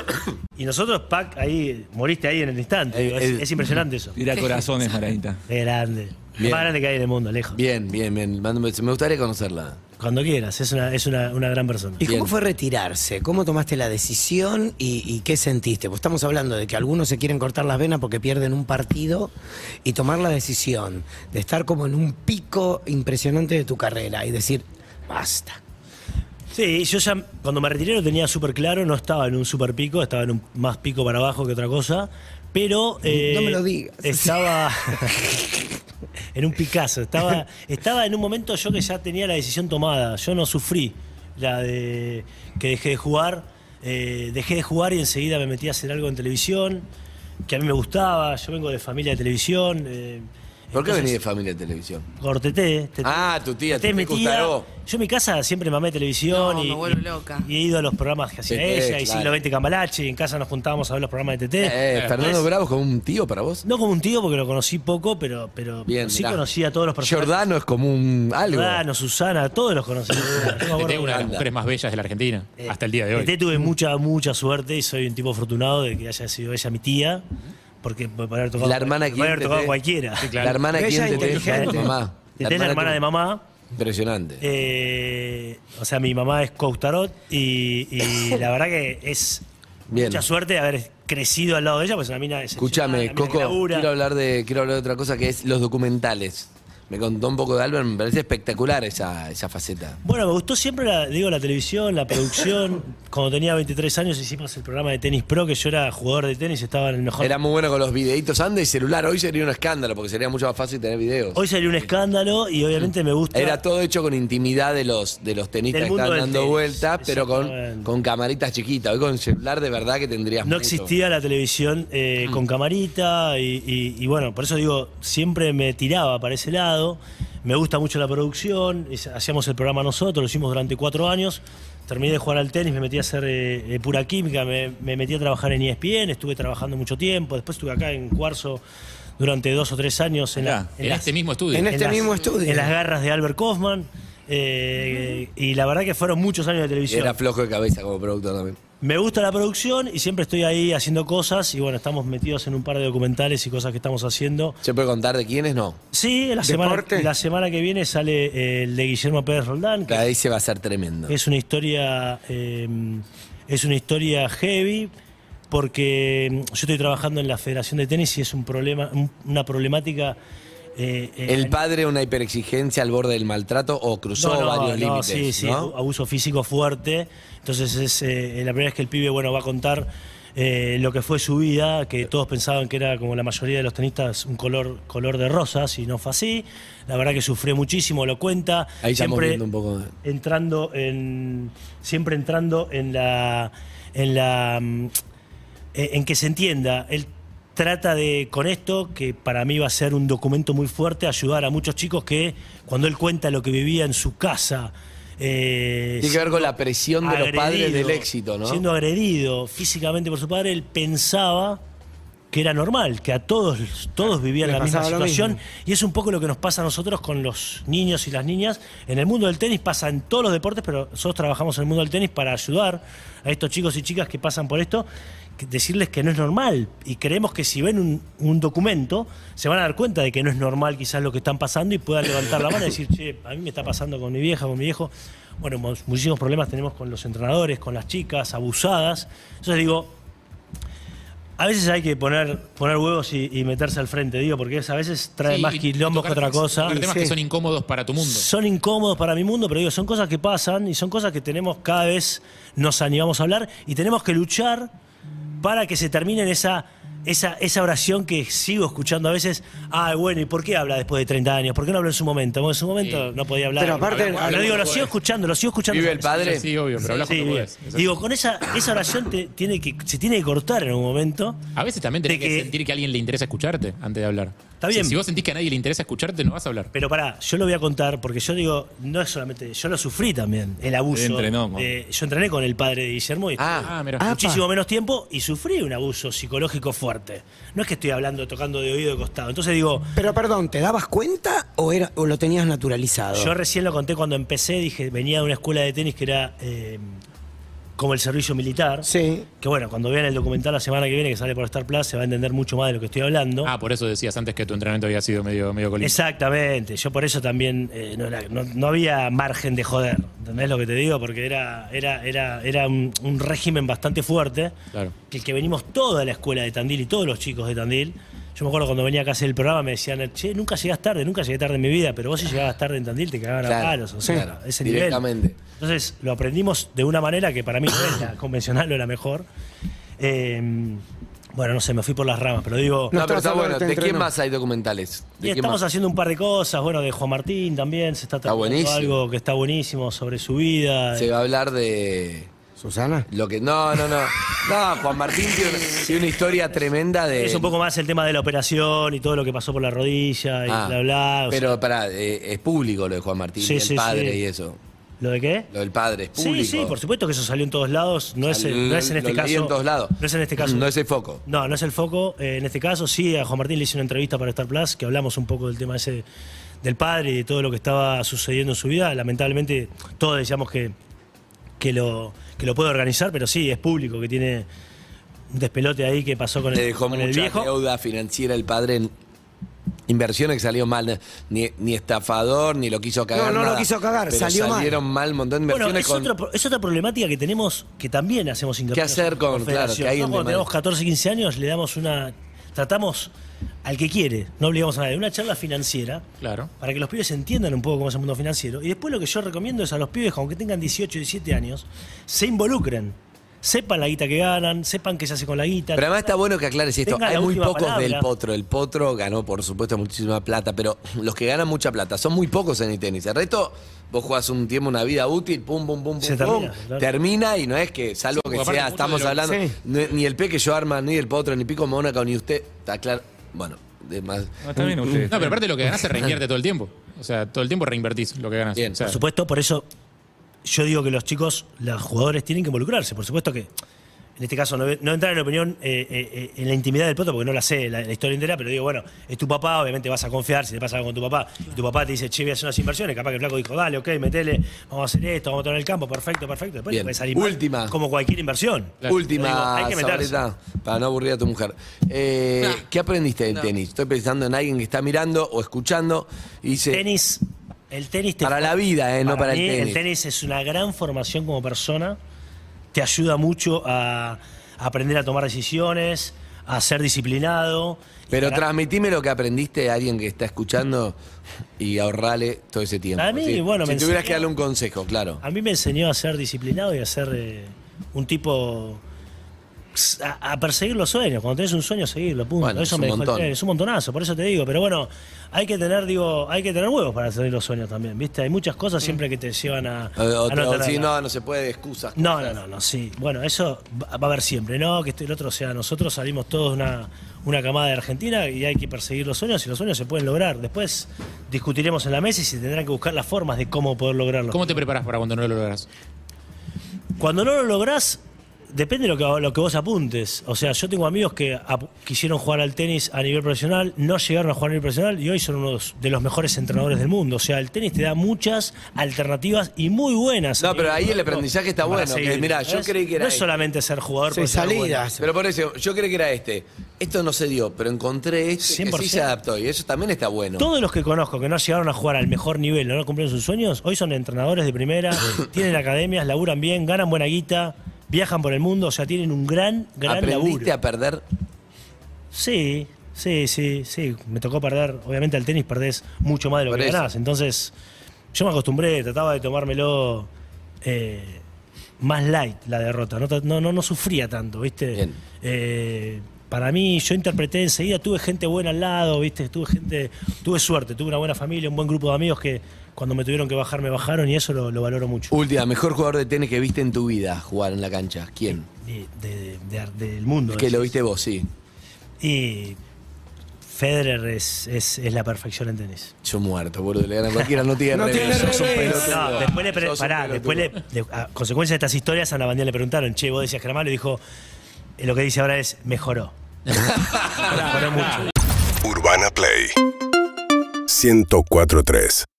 Speaker 4: Y nosotros, Pac, ahí moriste ahí en el instante.
Speaker 2: Eh,
Speaker 4: Digo, es,
Speaker 2: eh.
Speaker 4: es impresionante eso.
Speaker 7: Tira corazones, Maraita.
Speaker 4: Es grande. Lo
Speaker 2: Bien.
Speaker 4: Más grande que hay en el mundo, lejos.
Speaker 2: Bien, bien, bien. Mándame- Me gustaría conocerla.
Speaker 4: Cuando quieras, es una, es una, una gran persona.
Speaker 6: ¿Y
Speaker 2: Bien.
Speaker 6: cómo fue retirarse? ¿Cómo tomaste la decisión y, y qué sentiste? Pues estamos hablando de que algunos se quieren cortar las venas porque pierden un partido y tomar la decisión de estar como en un pico impresionante de tu carrera y decir, basta.
Speaker 4: Sí, yo ya cuando me retiré lo tenía súper claro, no estaba en un súper pico, estaba en un más pico para abajo que otra cosa, pero... eh,
Speaker 6: No me lo digas.
Speaker 4: Estaba en un Picasso, estaba, estaba en un momento yo que ya tenía la decisión tomada, yo no sufrí la de que dejé de jugar, eh, dejé de jugar y enseguida me metí a hacer algo en televisión, que a mí me gustaba, yo vengo de familia de televisión. eh,
Speaker 2: ¿Por qué
Speaker 4: entonces-
Speaker 2: venís de familia de televisión?
Speaker 4: Corteté.
Speaker 2: Ah, tu tía,
Speaker 4: Teté
Speaker 2: tu
Speaker 4: es mi
Speaker 2: tía
Speaker 4: tía.
Speaker 2: Cutaró.
Speaker 4: Yo en mi casa siempre mamé televisión.
Speaker 5: No,
Speaker 4: y,
Speaker 5: me vuelvo
Speaker 4: y-
Speaker 5: loca.
Speaker 4: Y he ido a los programas que hacía
Speaker 2: Teté,
Speaker 4: ella,
Speaker 2: claro.
Speaker 4: y Siglo XX Cambalache, y en casa nos juntábamos a ver los programas de TT.
Speaker 2: Eh, Fernando Bravo es como un tío para vos.
Speaker 4: No como un tío porque lo conocí poco, pero, pero
Speaker 2: Bien,
Speaker 4: sí
Speaker 2: mirá.
Speaker 4: conocí a todos los personajes.
Speaker 2: Giordano es como un algo.
Speaker 4: Giordano, Susana, todos los conocí. Yo me acuerdo
Speaker 3: Teté, una de las
Speaker 2: Anda.
Speaker 3: mujeres más bellas de la Argentina,
Speaker 4: Eh,
Speaker 3: hasta el día de hoy.
Speaker 4: Teté tuve mucha, mucha suerte y soy un tipo afortunado de que haya sido ella mi tía. Porque puede haber tocado,
Speaker 2: La hermana
Speaker 4: puede haber
Speaker 2: quién,
Speaker 4: tocado
Speaker 2: Teté?
Speaker 4: cualquiera.
Speaker 3: Sí,
Speaker 2: La hermana
Speaker 6: Bella,
Speaker 2: quien te deja
Speaker 6: inteligente.
Speaker 2: mamá.
Speaker 4: Teté es la hermana
Speaker 2: que-
Speaker 4: de mamá.
Speaker 2: Impresionante.
Speaker 4: Eh, o sea, mi mamá es Coutarot y, y la verdad que es
Speaker 2: Bien.
Speaker 4: mucha suerte de haber crecido al lado de ella, pues una mina es
Speaker 2: Escúchame, Coco, quiero hablar de quiero hablar de otra cosa que es los documentales. Me contó un poco de Albert, me parece espectacular esa, esa faceta.
Speaker 4: Bueno, me gustó siempre la, digo, la televisión, la producción. Cuando tenía 23 años hicimos el programa de tenis pro, que yo era jugador de tenis, estaba en el mejor.
Speaker 2: Era muy bueno con los videitos antes y celular. Hoy sería un escándalo porque sería mucho más fácil tener videos.
Speaker 4: Hoy salió un escándalo y obviamente me gusta.
Speaker 2: Era todo hecho con intimidad de los, de los tenistas
Speaker 4: Del
Speaker 2: que
Speaker 4: mundo
Speaker 2: estaban
Speaker 4: del
Speaker 2: dando
Speaker 4: tenis,
Speaker 2: vueltas, pero con,
Speaker 4: exactamente.
Speaker 2: con camaritas chiquitas. Hoy con celular de verdad que tendrías
Speaker 4: No
Speaker 2: mucho.
Speaker 4: existía la televisión eh,
Speaker 6: Mm.
Speaker 4: con camarita y, y- y bueno, por eso digo, siempre me tiraba para ese lado. Me gusta mucho la producción, es- hacíamos el programa nosotros, lo hicimos durante cuatro años. Terminé de jugar al tenis, me metí a hacer eh, eh, pura química, me, me metí a trabajar en E ESPN, estuve trabajando mucho tiempo, después estuve acá en Cuarzo durante dos o tres años en, la,
Speaker 7: Mirá,
Speaker 4: en
Speaker 3: Era
Speaker 4: las-
Speaker 3: este mismo estudio.
Speaker 6: en este
Speaker 4: en las-
Speaker 6: mismo estudio.
Speaker 4: En las garras de Albert Kaufman. eh, y la verdad que fueron muchos años de televisión.
Speaker 2: Era flojo de cabeza como productor también.
Speaker 4: Me gusta la producción y siempre estoy ahí haciendo cosas y bueno, estamos metidos en un par de documentales y cosas que estamos haciendo.
Speaker 2: ¿Se puede contar de quiénes? No.
Speaker 4: Sí, la, semana,
Speaker 6: ¿Deporte?
Speaker 4: la semana que viene sale eh, el de Guillermo Pérez Roldán, que
Speaker 2: Ahí se va a ser tremendo.
Speaker 4: es una historia eh, es una historia heavy porque mm, yo estoy trabajando en la Federación de Tenis y es un problema un- una problemática eh, eh,
Speaker 2: ¿El padre una hiperexigencia al borde del maltrato o cruzó varios límites?
Speaker 4: Sí, sí,
Speaker 2: ¿no?
Speaker 4: abuso físico fuerte. Entonces es eh, la primera vez que el pibe bueno va a contar eh, lo que fue su vida, que todos pensaban que era como la mayoría de los tenistas un color color de rosas y no fue así. La verdad que sufrió muchísimo, lo cuenta.
Speaker 2: Ahí estamos
Speaker 4: Siempre-
Speaker 2: viendo un poco. de-
Speaker 4: entrando en siempre entrando en la en la mm, eh, en que se entienda él trata de con esto que para mí va a ser un documento muy fuerte ayudar a muchos chicos que cuando él cuenta lo que vivía en su casa eh,
Speaker 2: Tiene que ver con la presión de los padres
Speaker 4: agredido,
Speaker 2: del éxito, ¿no?
Speaker 4: Siendo agredido físicamente por su padre, él pensaba que era normal, que a todos, todos vivían
Speaker 6: Les
Speaker 4: la misma
Speaker 6: pasaba lo
Speaker 4: situación.
Speaker 6: mismo.
Speaker 4: Y es un poco lo que nos pasa a nosotros con los niños y las niñas. En el mundo del tenis pasa en todos los deportes, pero nosotros trabajamos en el mundo del tenis para ayudar a estos chicos y chicas que pasan por esto, que- decirles que no es normal. Y creemos que si ven un, un documento, se van a dar cuenta de que no es normal quizás lo que están pasando y puedan levantar la mano y decir, che, a mí me está pasando con mi vieja, con mi viejo. Bueno, mu- muchísimos problemas tenemos con los entrenadores, con las chicas abusadas. Entonces digo, a veces hay que poner, poner huevos y, y meterse al frente, digo, porque es- a veces trae
Speaker 3: Sí,
Speaker 4: más
Speaker 3: y
Speaker 4: quilombo que
Speaker 3: tocar-
Speaker 4: otra cosa.
Speaker 3: tocar temas
Speaker 6: Sí.
Speaker 3: que son incómodos para tu mundo.
Speaker 4: Son incómodos para mi mundo, pero digo, son cosas que pasan y son cosas que tenemos cada vez, nos animamos a hablar y tenemos que luchar para que se termine esa esa, esa oración que sigo escuchando a veces, ah, bueno, ¿y por qué habla después de 30 años? ¿Por qué no habló en su momento? Bueno, en su momento no podía hablar.
Speaker 6: Pero aparte-
Speaker 4: Pero digo, lo sigo escuchando, lo sigo escuchando.
Speaker 2: ¿Vive el padre?
Speaker 3: Sí, obvio, pero hablas
Speaker 4: Sí,
Speaker 3: cuando
Speaker 4: bien.
Speaker 3: podés. Exacto.
Speaker 4: Digo, con esa, esa oración te- tiene que, se tiene que cortar en un momento.
Speaker 3: A veces también tenés
Speaker 4: de
Speaker 3: que,
Speaker 4: que-
Speaker 3: sentir que a alguien le interesa escucharte antes de hablar.
Speaker 4: Está
Speaker 3: Si-
Speaker 4: bien.
Speaker 3: Si, vos sentís que a nadie le interesa escucharte, no vas a hablar.
Speaker 4: Pero pará, yo lo voy a contar porque yo digo, no es solamente, yo lo sufrí también, el abuso.
Speaker 7: Entrenó, ¿no?
Speaker 4: Eh, yo entrené con el padre de Guillermo y
Speaker 2: Ah,
Speaker 3: Ah, mira.
Speaker 4: estuve muchísimo menos tiempo y sufrí un abuso psicológico fuerte. No es que estoy hablando tocando de oído de costado. Entonces digo,
Speaker 6: Pero perdón, ¿te dabas cuenta o, era, o lo tenías naturalizado?
Speaker 4: yo recién lo conté cuando empecé, dije, venía de una escuela de tenis que era eh, como el servicio militar.
Speaker 6: Sí.
Speaker 4: Que bueno, cuando vean el documental la semana que viene que sale por Star Plus se va a entender mucho más de lo que estoy hablando.
Speaker 3: Ah, por eso decías antes que tu entrenamiento había sido medio, medio colín.
Speaker 4: Exactamente, yo por eso también eh, no, era- no- no había margen de joder, ¿entendés lo que te digo? Porque era, era, era, era un, un régimen bastante fuerte,
Speaker 3: Claro.
Speaker 4: que el que venimos toda la escuela de Tandil y todos los chicos de Tandil, yo me acuerdo cuando venía acá a hacer el programa me decían, che, nunca llegás tarde, nunca llegué tarde en mi vida, pero vos si llegabas tarde en Tandil te cagaban
Speaker 2: Claro,
Speaker 4: a palos, o sea,
Speaker 2: claro,
Speaker 4: ese
Speaker 2: directamente.
Speaker 4: nivel. Entonces lo aprendimos de una manera que para mí no es la convencional o la mejor. Eh, bueno, no sé, me fui por las ramas, pero digo...
Speaker 2: No,
Speaker 6: No,
Speaker 2: pero
Speaker 6: estabas
Speaker 2: está bueno.
Speaker 6: hablando, te
Speaker 2: ¿De quién
Speaker 6: entrenó.
Speaker 2: más hay documentales? ¿De
Speaker 4: Y
Speaker 2: quién
Speaker 4: estamos
Speaker 2: más?
Speaker 4: haciendo un par de cosas, bueno, de Juan Martín también, se está tratando
Speaker 2: buenísimo.
Speaker 4: algo que está buenísimo sobre su vida.
Speaker 2: Se va a hablar de
Speaker 6: ¿Susana?
Speaker 2: lo que. No, no, no. No, Juan Martín tiene una, tiene una historia tremenda de.
Speaker 4: Es un poco más el tema de la operación y todo lo que pasó por la rodilla y
Speaker 2: Ah,
Speaker 4: bla bla. o sea,
Speaker 2: Pero pará, eh, es público lo de Juan Martín,
Speaker 4: Sí,
Speaker 2: y el
Speaker 4: sí,
Speaker 2: padre
Speaker 4: sí.
Speaker 2: y eso.
Speaker 4: ¿Lo de qué?
Speaker 2: Lo del padre es público.
Speaker 4: Sí, sí, por supuesto que eso salió en todos lados. No, es,
Speaker 2: Al-
Speaker 4: no es en este
Speaker 2: lo
Speaker 4: caso.
Speaker 2: leí en todos lados.
Speaker 4: No es en este caso.
Speaker 2: No es el foco.
Speaker 4: No, no es el foco. Eh, en este caso, sí, a Juan Martín le hice una entrevista para Star Plus, que hablamos un poco del tema ese del padre y de todo lo que estaba sucediendo en su vida. Lamentablemente, todos decíamos que, que, lo, que lo puede organizar, pero sí, es público, que tiene un despelote ahí que pasó con
Speaker 2: Le
Speaker 4: el,
Speaker 2: dejó
Speaker 4: con
Speaker 2: mucha
Speaker 4: el viejo.
Speaker 2: deuda financiera el padre en inversiones que salió mal. Ni, ni estafador, ni lo quiso cagar.
Speaker 6: No, no lo
Speaker 2: nada.
Speaker 6: quiso cagar,
Speaker 2: Pero
Speaker 6: salió mal.
Speaker 2: salieron mal. un montón de
Speaker 4: Bueno,
Speaker 2: inversiones
Speaker 4: es,
Speaker 2: con.
Speaker 4: otra, pro- es otra problemática que tenemos, que también hacemos hincapié.
Speaker 2: ¿Qué hacer con- claro,
Speaker 4: nosotros
Speaker 2: que
Speaker 4: federación,
Speaker 2: alguien
Speaker 4: ¿no? Cuando
Speaker 2: demande.
Speaker 4: tenemos 14, 15 años, le damos una. Tratamos al que quiere, no obligamos a nadie. Una charla financiera
Speaker 3: Claro.
Speaker 4: para que los pibes entiendan un poco cómo es el mundo financiero. Y después lo que yo recomiendo es a los pibes, aunque tengan 18, 17 años, se involucren. Sepan la guita que ganan, sepan qué se hace con la guita.
Speaker 2: Pero además está bueno que aclares esto.
Speaker 4: Tenga la
Speaker 2: Hay muy
Speaker 4: última
Speaker 2: pocos
Speaker 4: palabra.
Speaker 2: del potro. El potro ganó, por supuesto, muchísima plata, pero los que ganan mucha plata son muy pocos en el tenis. El resto, vos jugás un tiempo, una vida útil, pum, pum, pum, pum,
Speaker 4: Se
Speaker 2: pum.
Speaker 4: termina, claro.
Speaker 2: Termina y no es que, salvo
Speaker 3: porque
Speaker 2: que
Speaker 3: aparte
Speaker 2: sea,
Speaker 3: mucho
Speaker 2: estamos
Speaker 3: de lo-
Speaker 2: hablando,
Speaker 6: Sí.
Speaker 2: ni, ni el P que yo arma, ni el potro, ni Pico Mónaco, ni usted. Está claro. Bueno, de más.
Speaker 7: No, está bien
Speaker 3: No,
Speaker 7: ustedes.
Speaker 3: pero aparte lo que ganás se reinvierte todo el tiempo. O sea, todo el tiempo reinvertís lo que ganás.
Speaker 2: Bien.
Speaker 3: O sea,
Speaker 4: Por supuesto, por eso yo digo que los chicos, los jugadores tienen que involucrarse. Por supuesto que, en este caso, no, no entrar en la opinión, eh, eh, eh, en la intimidad del poto, porque no la sé la, la historia entera, pero digo, bueno, es tu papá, obviamente vas a confiar si te pasa algo con tu papá. Y tu papá te dice, che, voy a hacer unas inversiones. Capaz que el flaco dijo, dale, ok, metele, vamos a hacer esto, vamos a tomar el campo, perfecto, perfecto. Después
Speaker 2: Bien.
Speaker 4: te puede salir mal,
Speaker 2: Última.
Speaker 4: como cualquier inversión.
Speaker 3: Claro.
Speaker 2: Última,
Speaker 4: Digo, hay que meterse.
Speaker 2: Sabareta, para no aburrir a tu mujer. Eh,
Speaker 5: Nah.
Speaker 2: ¿Qué aprendiste del
Speaker 5: No.
Speaker 2: tenis? Estoy pensando en alguien que está mirando o escuchando y dice,
Speaker 4: Tenis, el tenis te
Speaker 2: para la vida, eh, no para
Speaker 4: mí,
Speaker 2: el tenis.
Speaker 4: El tenis es una gran formación como persona. Te ayuda mucho a, a aprender a tomar decisiones, a ser disciplinado.
Speaker 2: Pero
Speaker 4: Para-
Speaker 2: transmitime lo que aprendiste a alguien que está escuchando y ahorrale todo ese tiempo.
Speaker 4: A mí,
Speaker 2: Sí.
Speaker 4: bueno,
Speaker 2: si
Speaker 4: me
Speaker 2: tuvieras
Speaker 4: enseñó-
Speaker 2: que darle un consejo, claro.
Speaker 4: A mí me enseñó a ser disciplinado y a ser eh, un tipo. A, a perseguir los sueños. Cuando tenés un sueño, seguirlo, punto.
Speaker 2: Bueno,
Speaker 4: eso
Speaker 2: es
Speaker 4: me
Speaker 2: un
Speaker 4: dejó el
Speaker 2: montón.
Speaker 4: tenis. Es un montonazo, por eso te digo. Pero bueno, hay que tener, digo, hay que tener huevos para seguir los sueños también, ¿viste? Hay muchas cosas siempre que te llevan a.
Speaker 2: Mm. O, o-
Speaker 4: a no
Speaker 2: o si
Speaker 4: tenerla.
Speaker 2: no, no se puede, excusas.
Speaker 4: No, no,
Speaker 2: cosas.
Speaker 4: no, no, sí. Bueno, eso va va a haber siempre, ¿no? Que este- el otro o sea. Nosotros salimos todos una, una camada de Argentina y hay que perseguir los sueños y los sueños se pueden lograr. Después discutiremos en la mesa y se tendrán que buscar las formas de cómo poder lograrlo.
Speaker 3: ¿Cómo te preparas para cuando no lo logras?
Speaker 4: Cuando no lo lográs, depende de lo que, lo que vos apuntes. O sea, yo tengo amigos que apu- quisieron jugar al tenis a nivel profesional, no llegaron a jugar a nivel profesional y hoy son unos de los mejores entrenadores del mundo. O sea, el tenis te da muchas alternativas y muy buenas.
Speaker 2: No, pero ahí el aprendizaje está
Speaker 4: Para
Speaker 2: bueno, que
Speaker 4: seguir,
Speaker 2: mirá, yo
Speaker 4: ¿sabes?
Speaker 2: creí que era
Speaker 4: No es
Speaker 2: este.
Speaker 4: solamente ser jugador
Speaker 6: Sí,
Speaker 4: por ser bueno.
Speaker 6: salidas.
Speaker 2: Pero por eso, yo creo que era este. Esto no se dio, pero encontré este que sí
Speaker 4: 100%.
Speaker 2: se adaptó y eso también está bueno.
Speaker 4: Todos los que conozco que no llegaron a jugar al mejor nivel o no cumplieron sus sueños, hoy son entrenadores de primera, tienen academias, laburan bien, ganan buena guita, viajan por el mundo, o sea, tienen un gran, gran
Speaker 2: Aprendiste
Speaker 4: laburo.
Speaker 2: a perder.
Speaker 4: Sí, sí, sí, sí. Me tocó perder. Obviamente al tenis perdés mucho más de lo
Speaker 2: Por
Speaker 4: que
Speaker 2: eso.
Speaker 4: ganás. Entonces, yo me acostumbré, trataba de tomármelo eh, más light la derrota. No, ta- no, no, no sufría tanto, ¿viste?
Speaker 2: Bien.
Speaker 4: Eh, para mí, yo interpreté enseguida, tuve gente buena al lado, ¿viste? Tuve gente, tuve suerte, tuve una buena familia, un buen grupo de amigos que cuando me tuvieron que bajar me bajaron y eso lo, lo valoro mucho.
Speaker 2: Última, mejor jugador de tenis que viste en tu vida jugar en la cancha. ¿Quién?
Speaker 4: De- de- de- del mundo.
Speaker 2: Que
Speaker 4: decís.
Speaker 2: lo viste vos, sí.
Speaker 4: Y Federer es, es- es la perfección en tenis.
Speaker 2: Yo muerto, boludo. Le ganan cualquiera, no tiene
Speaker 6: No
Speaker 2: revés.
Speaker 6: tiene
Speaker 2: Sos un
Speaker 6: revés.
Speaker 2: pelotudo.
Speaker 4: No, después le, pre-
Speaker 2: Sos un
Speaker 4: pará,
Speaker 2: pelotudo.
Speaker 4: después le, de- a consecuencia de estas historias, a Ana Bandián le preguntaron, che, vos decías que era malo, y dijo, eh, lo que dice ahora es, mejoró. mejoró mucho.
Speaker 8: Urbana Play 1043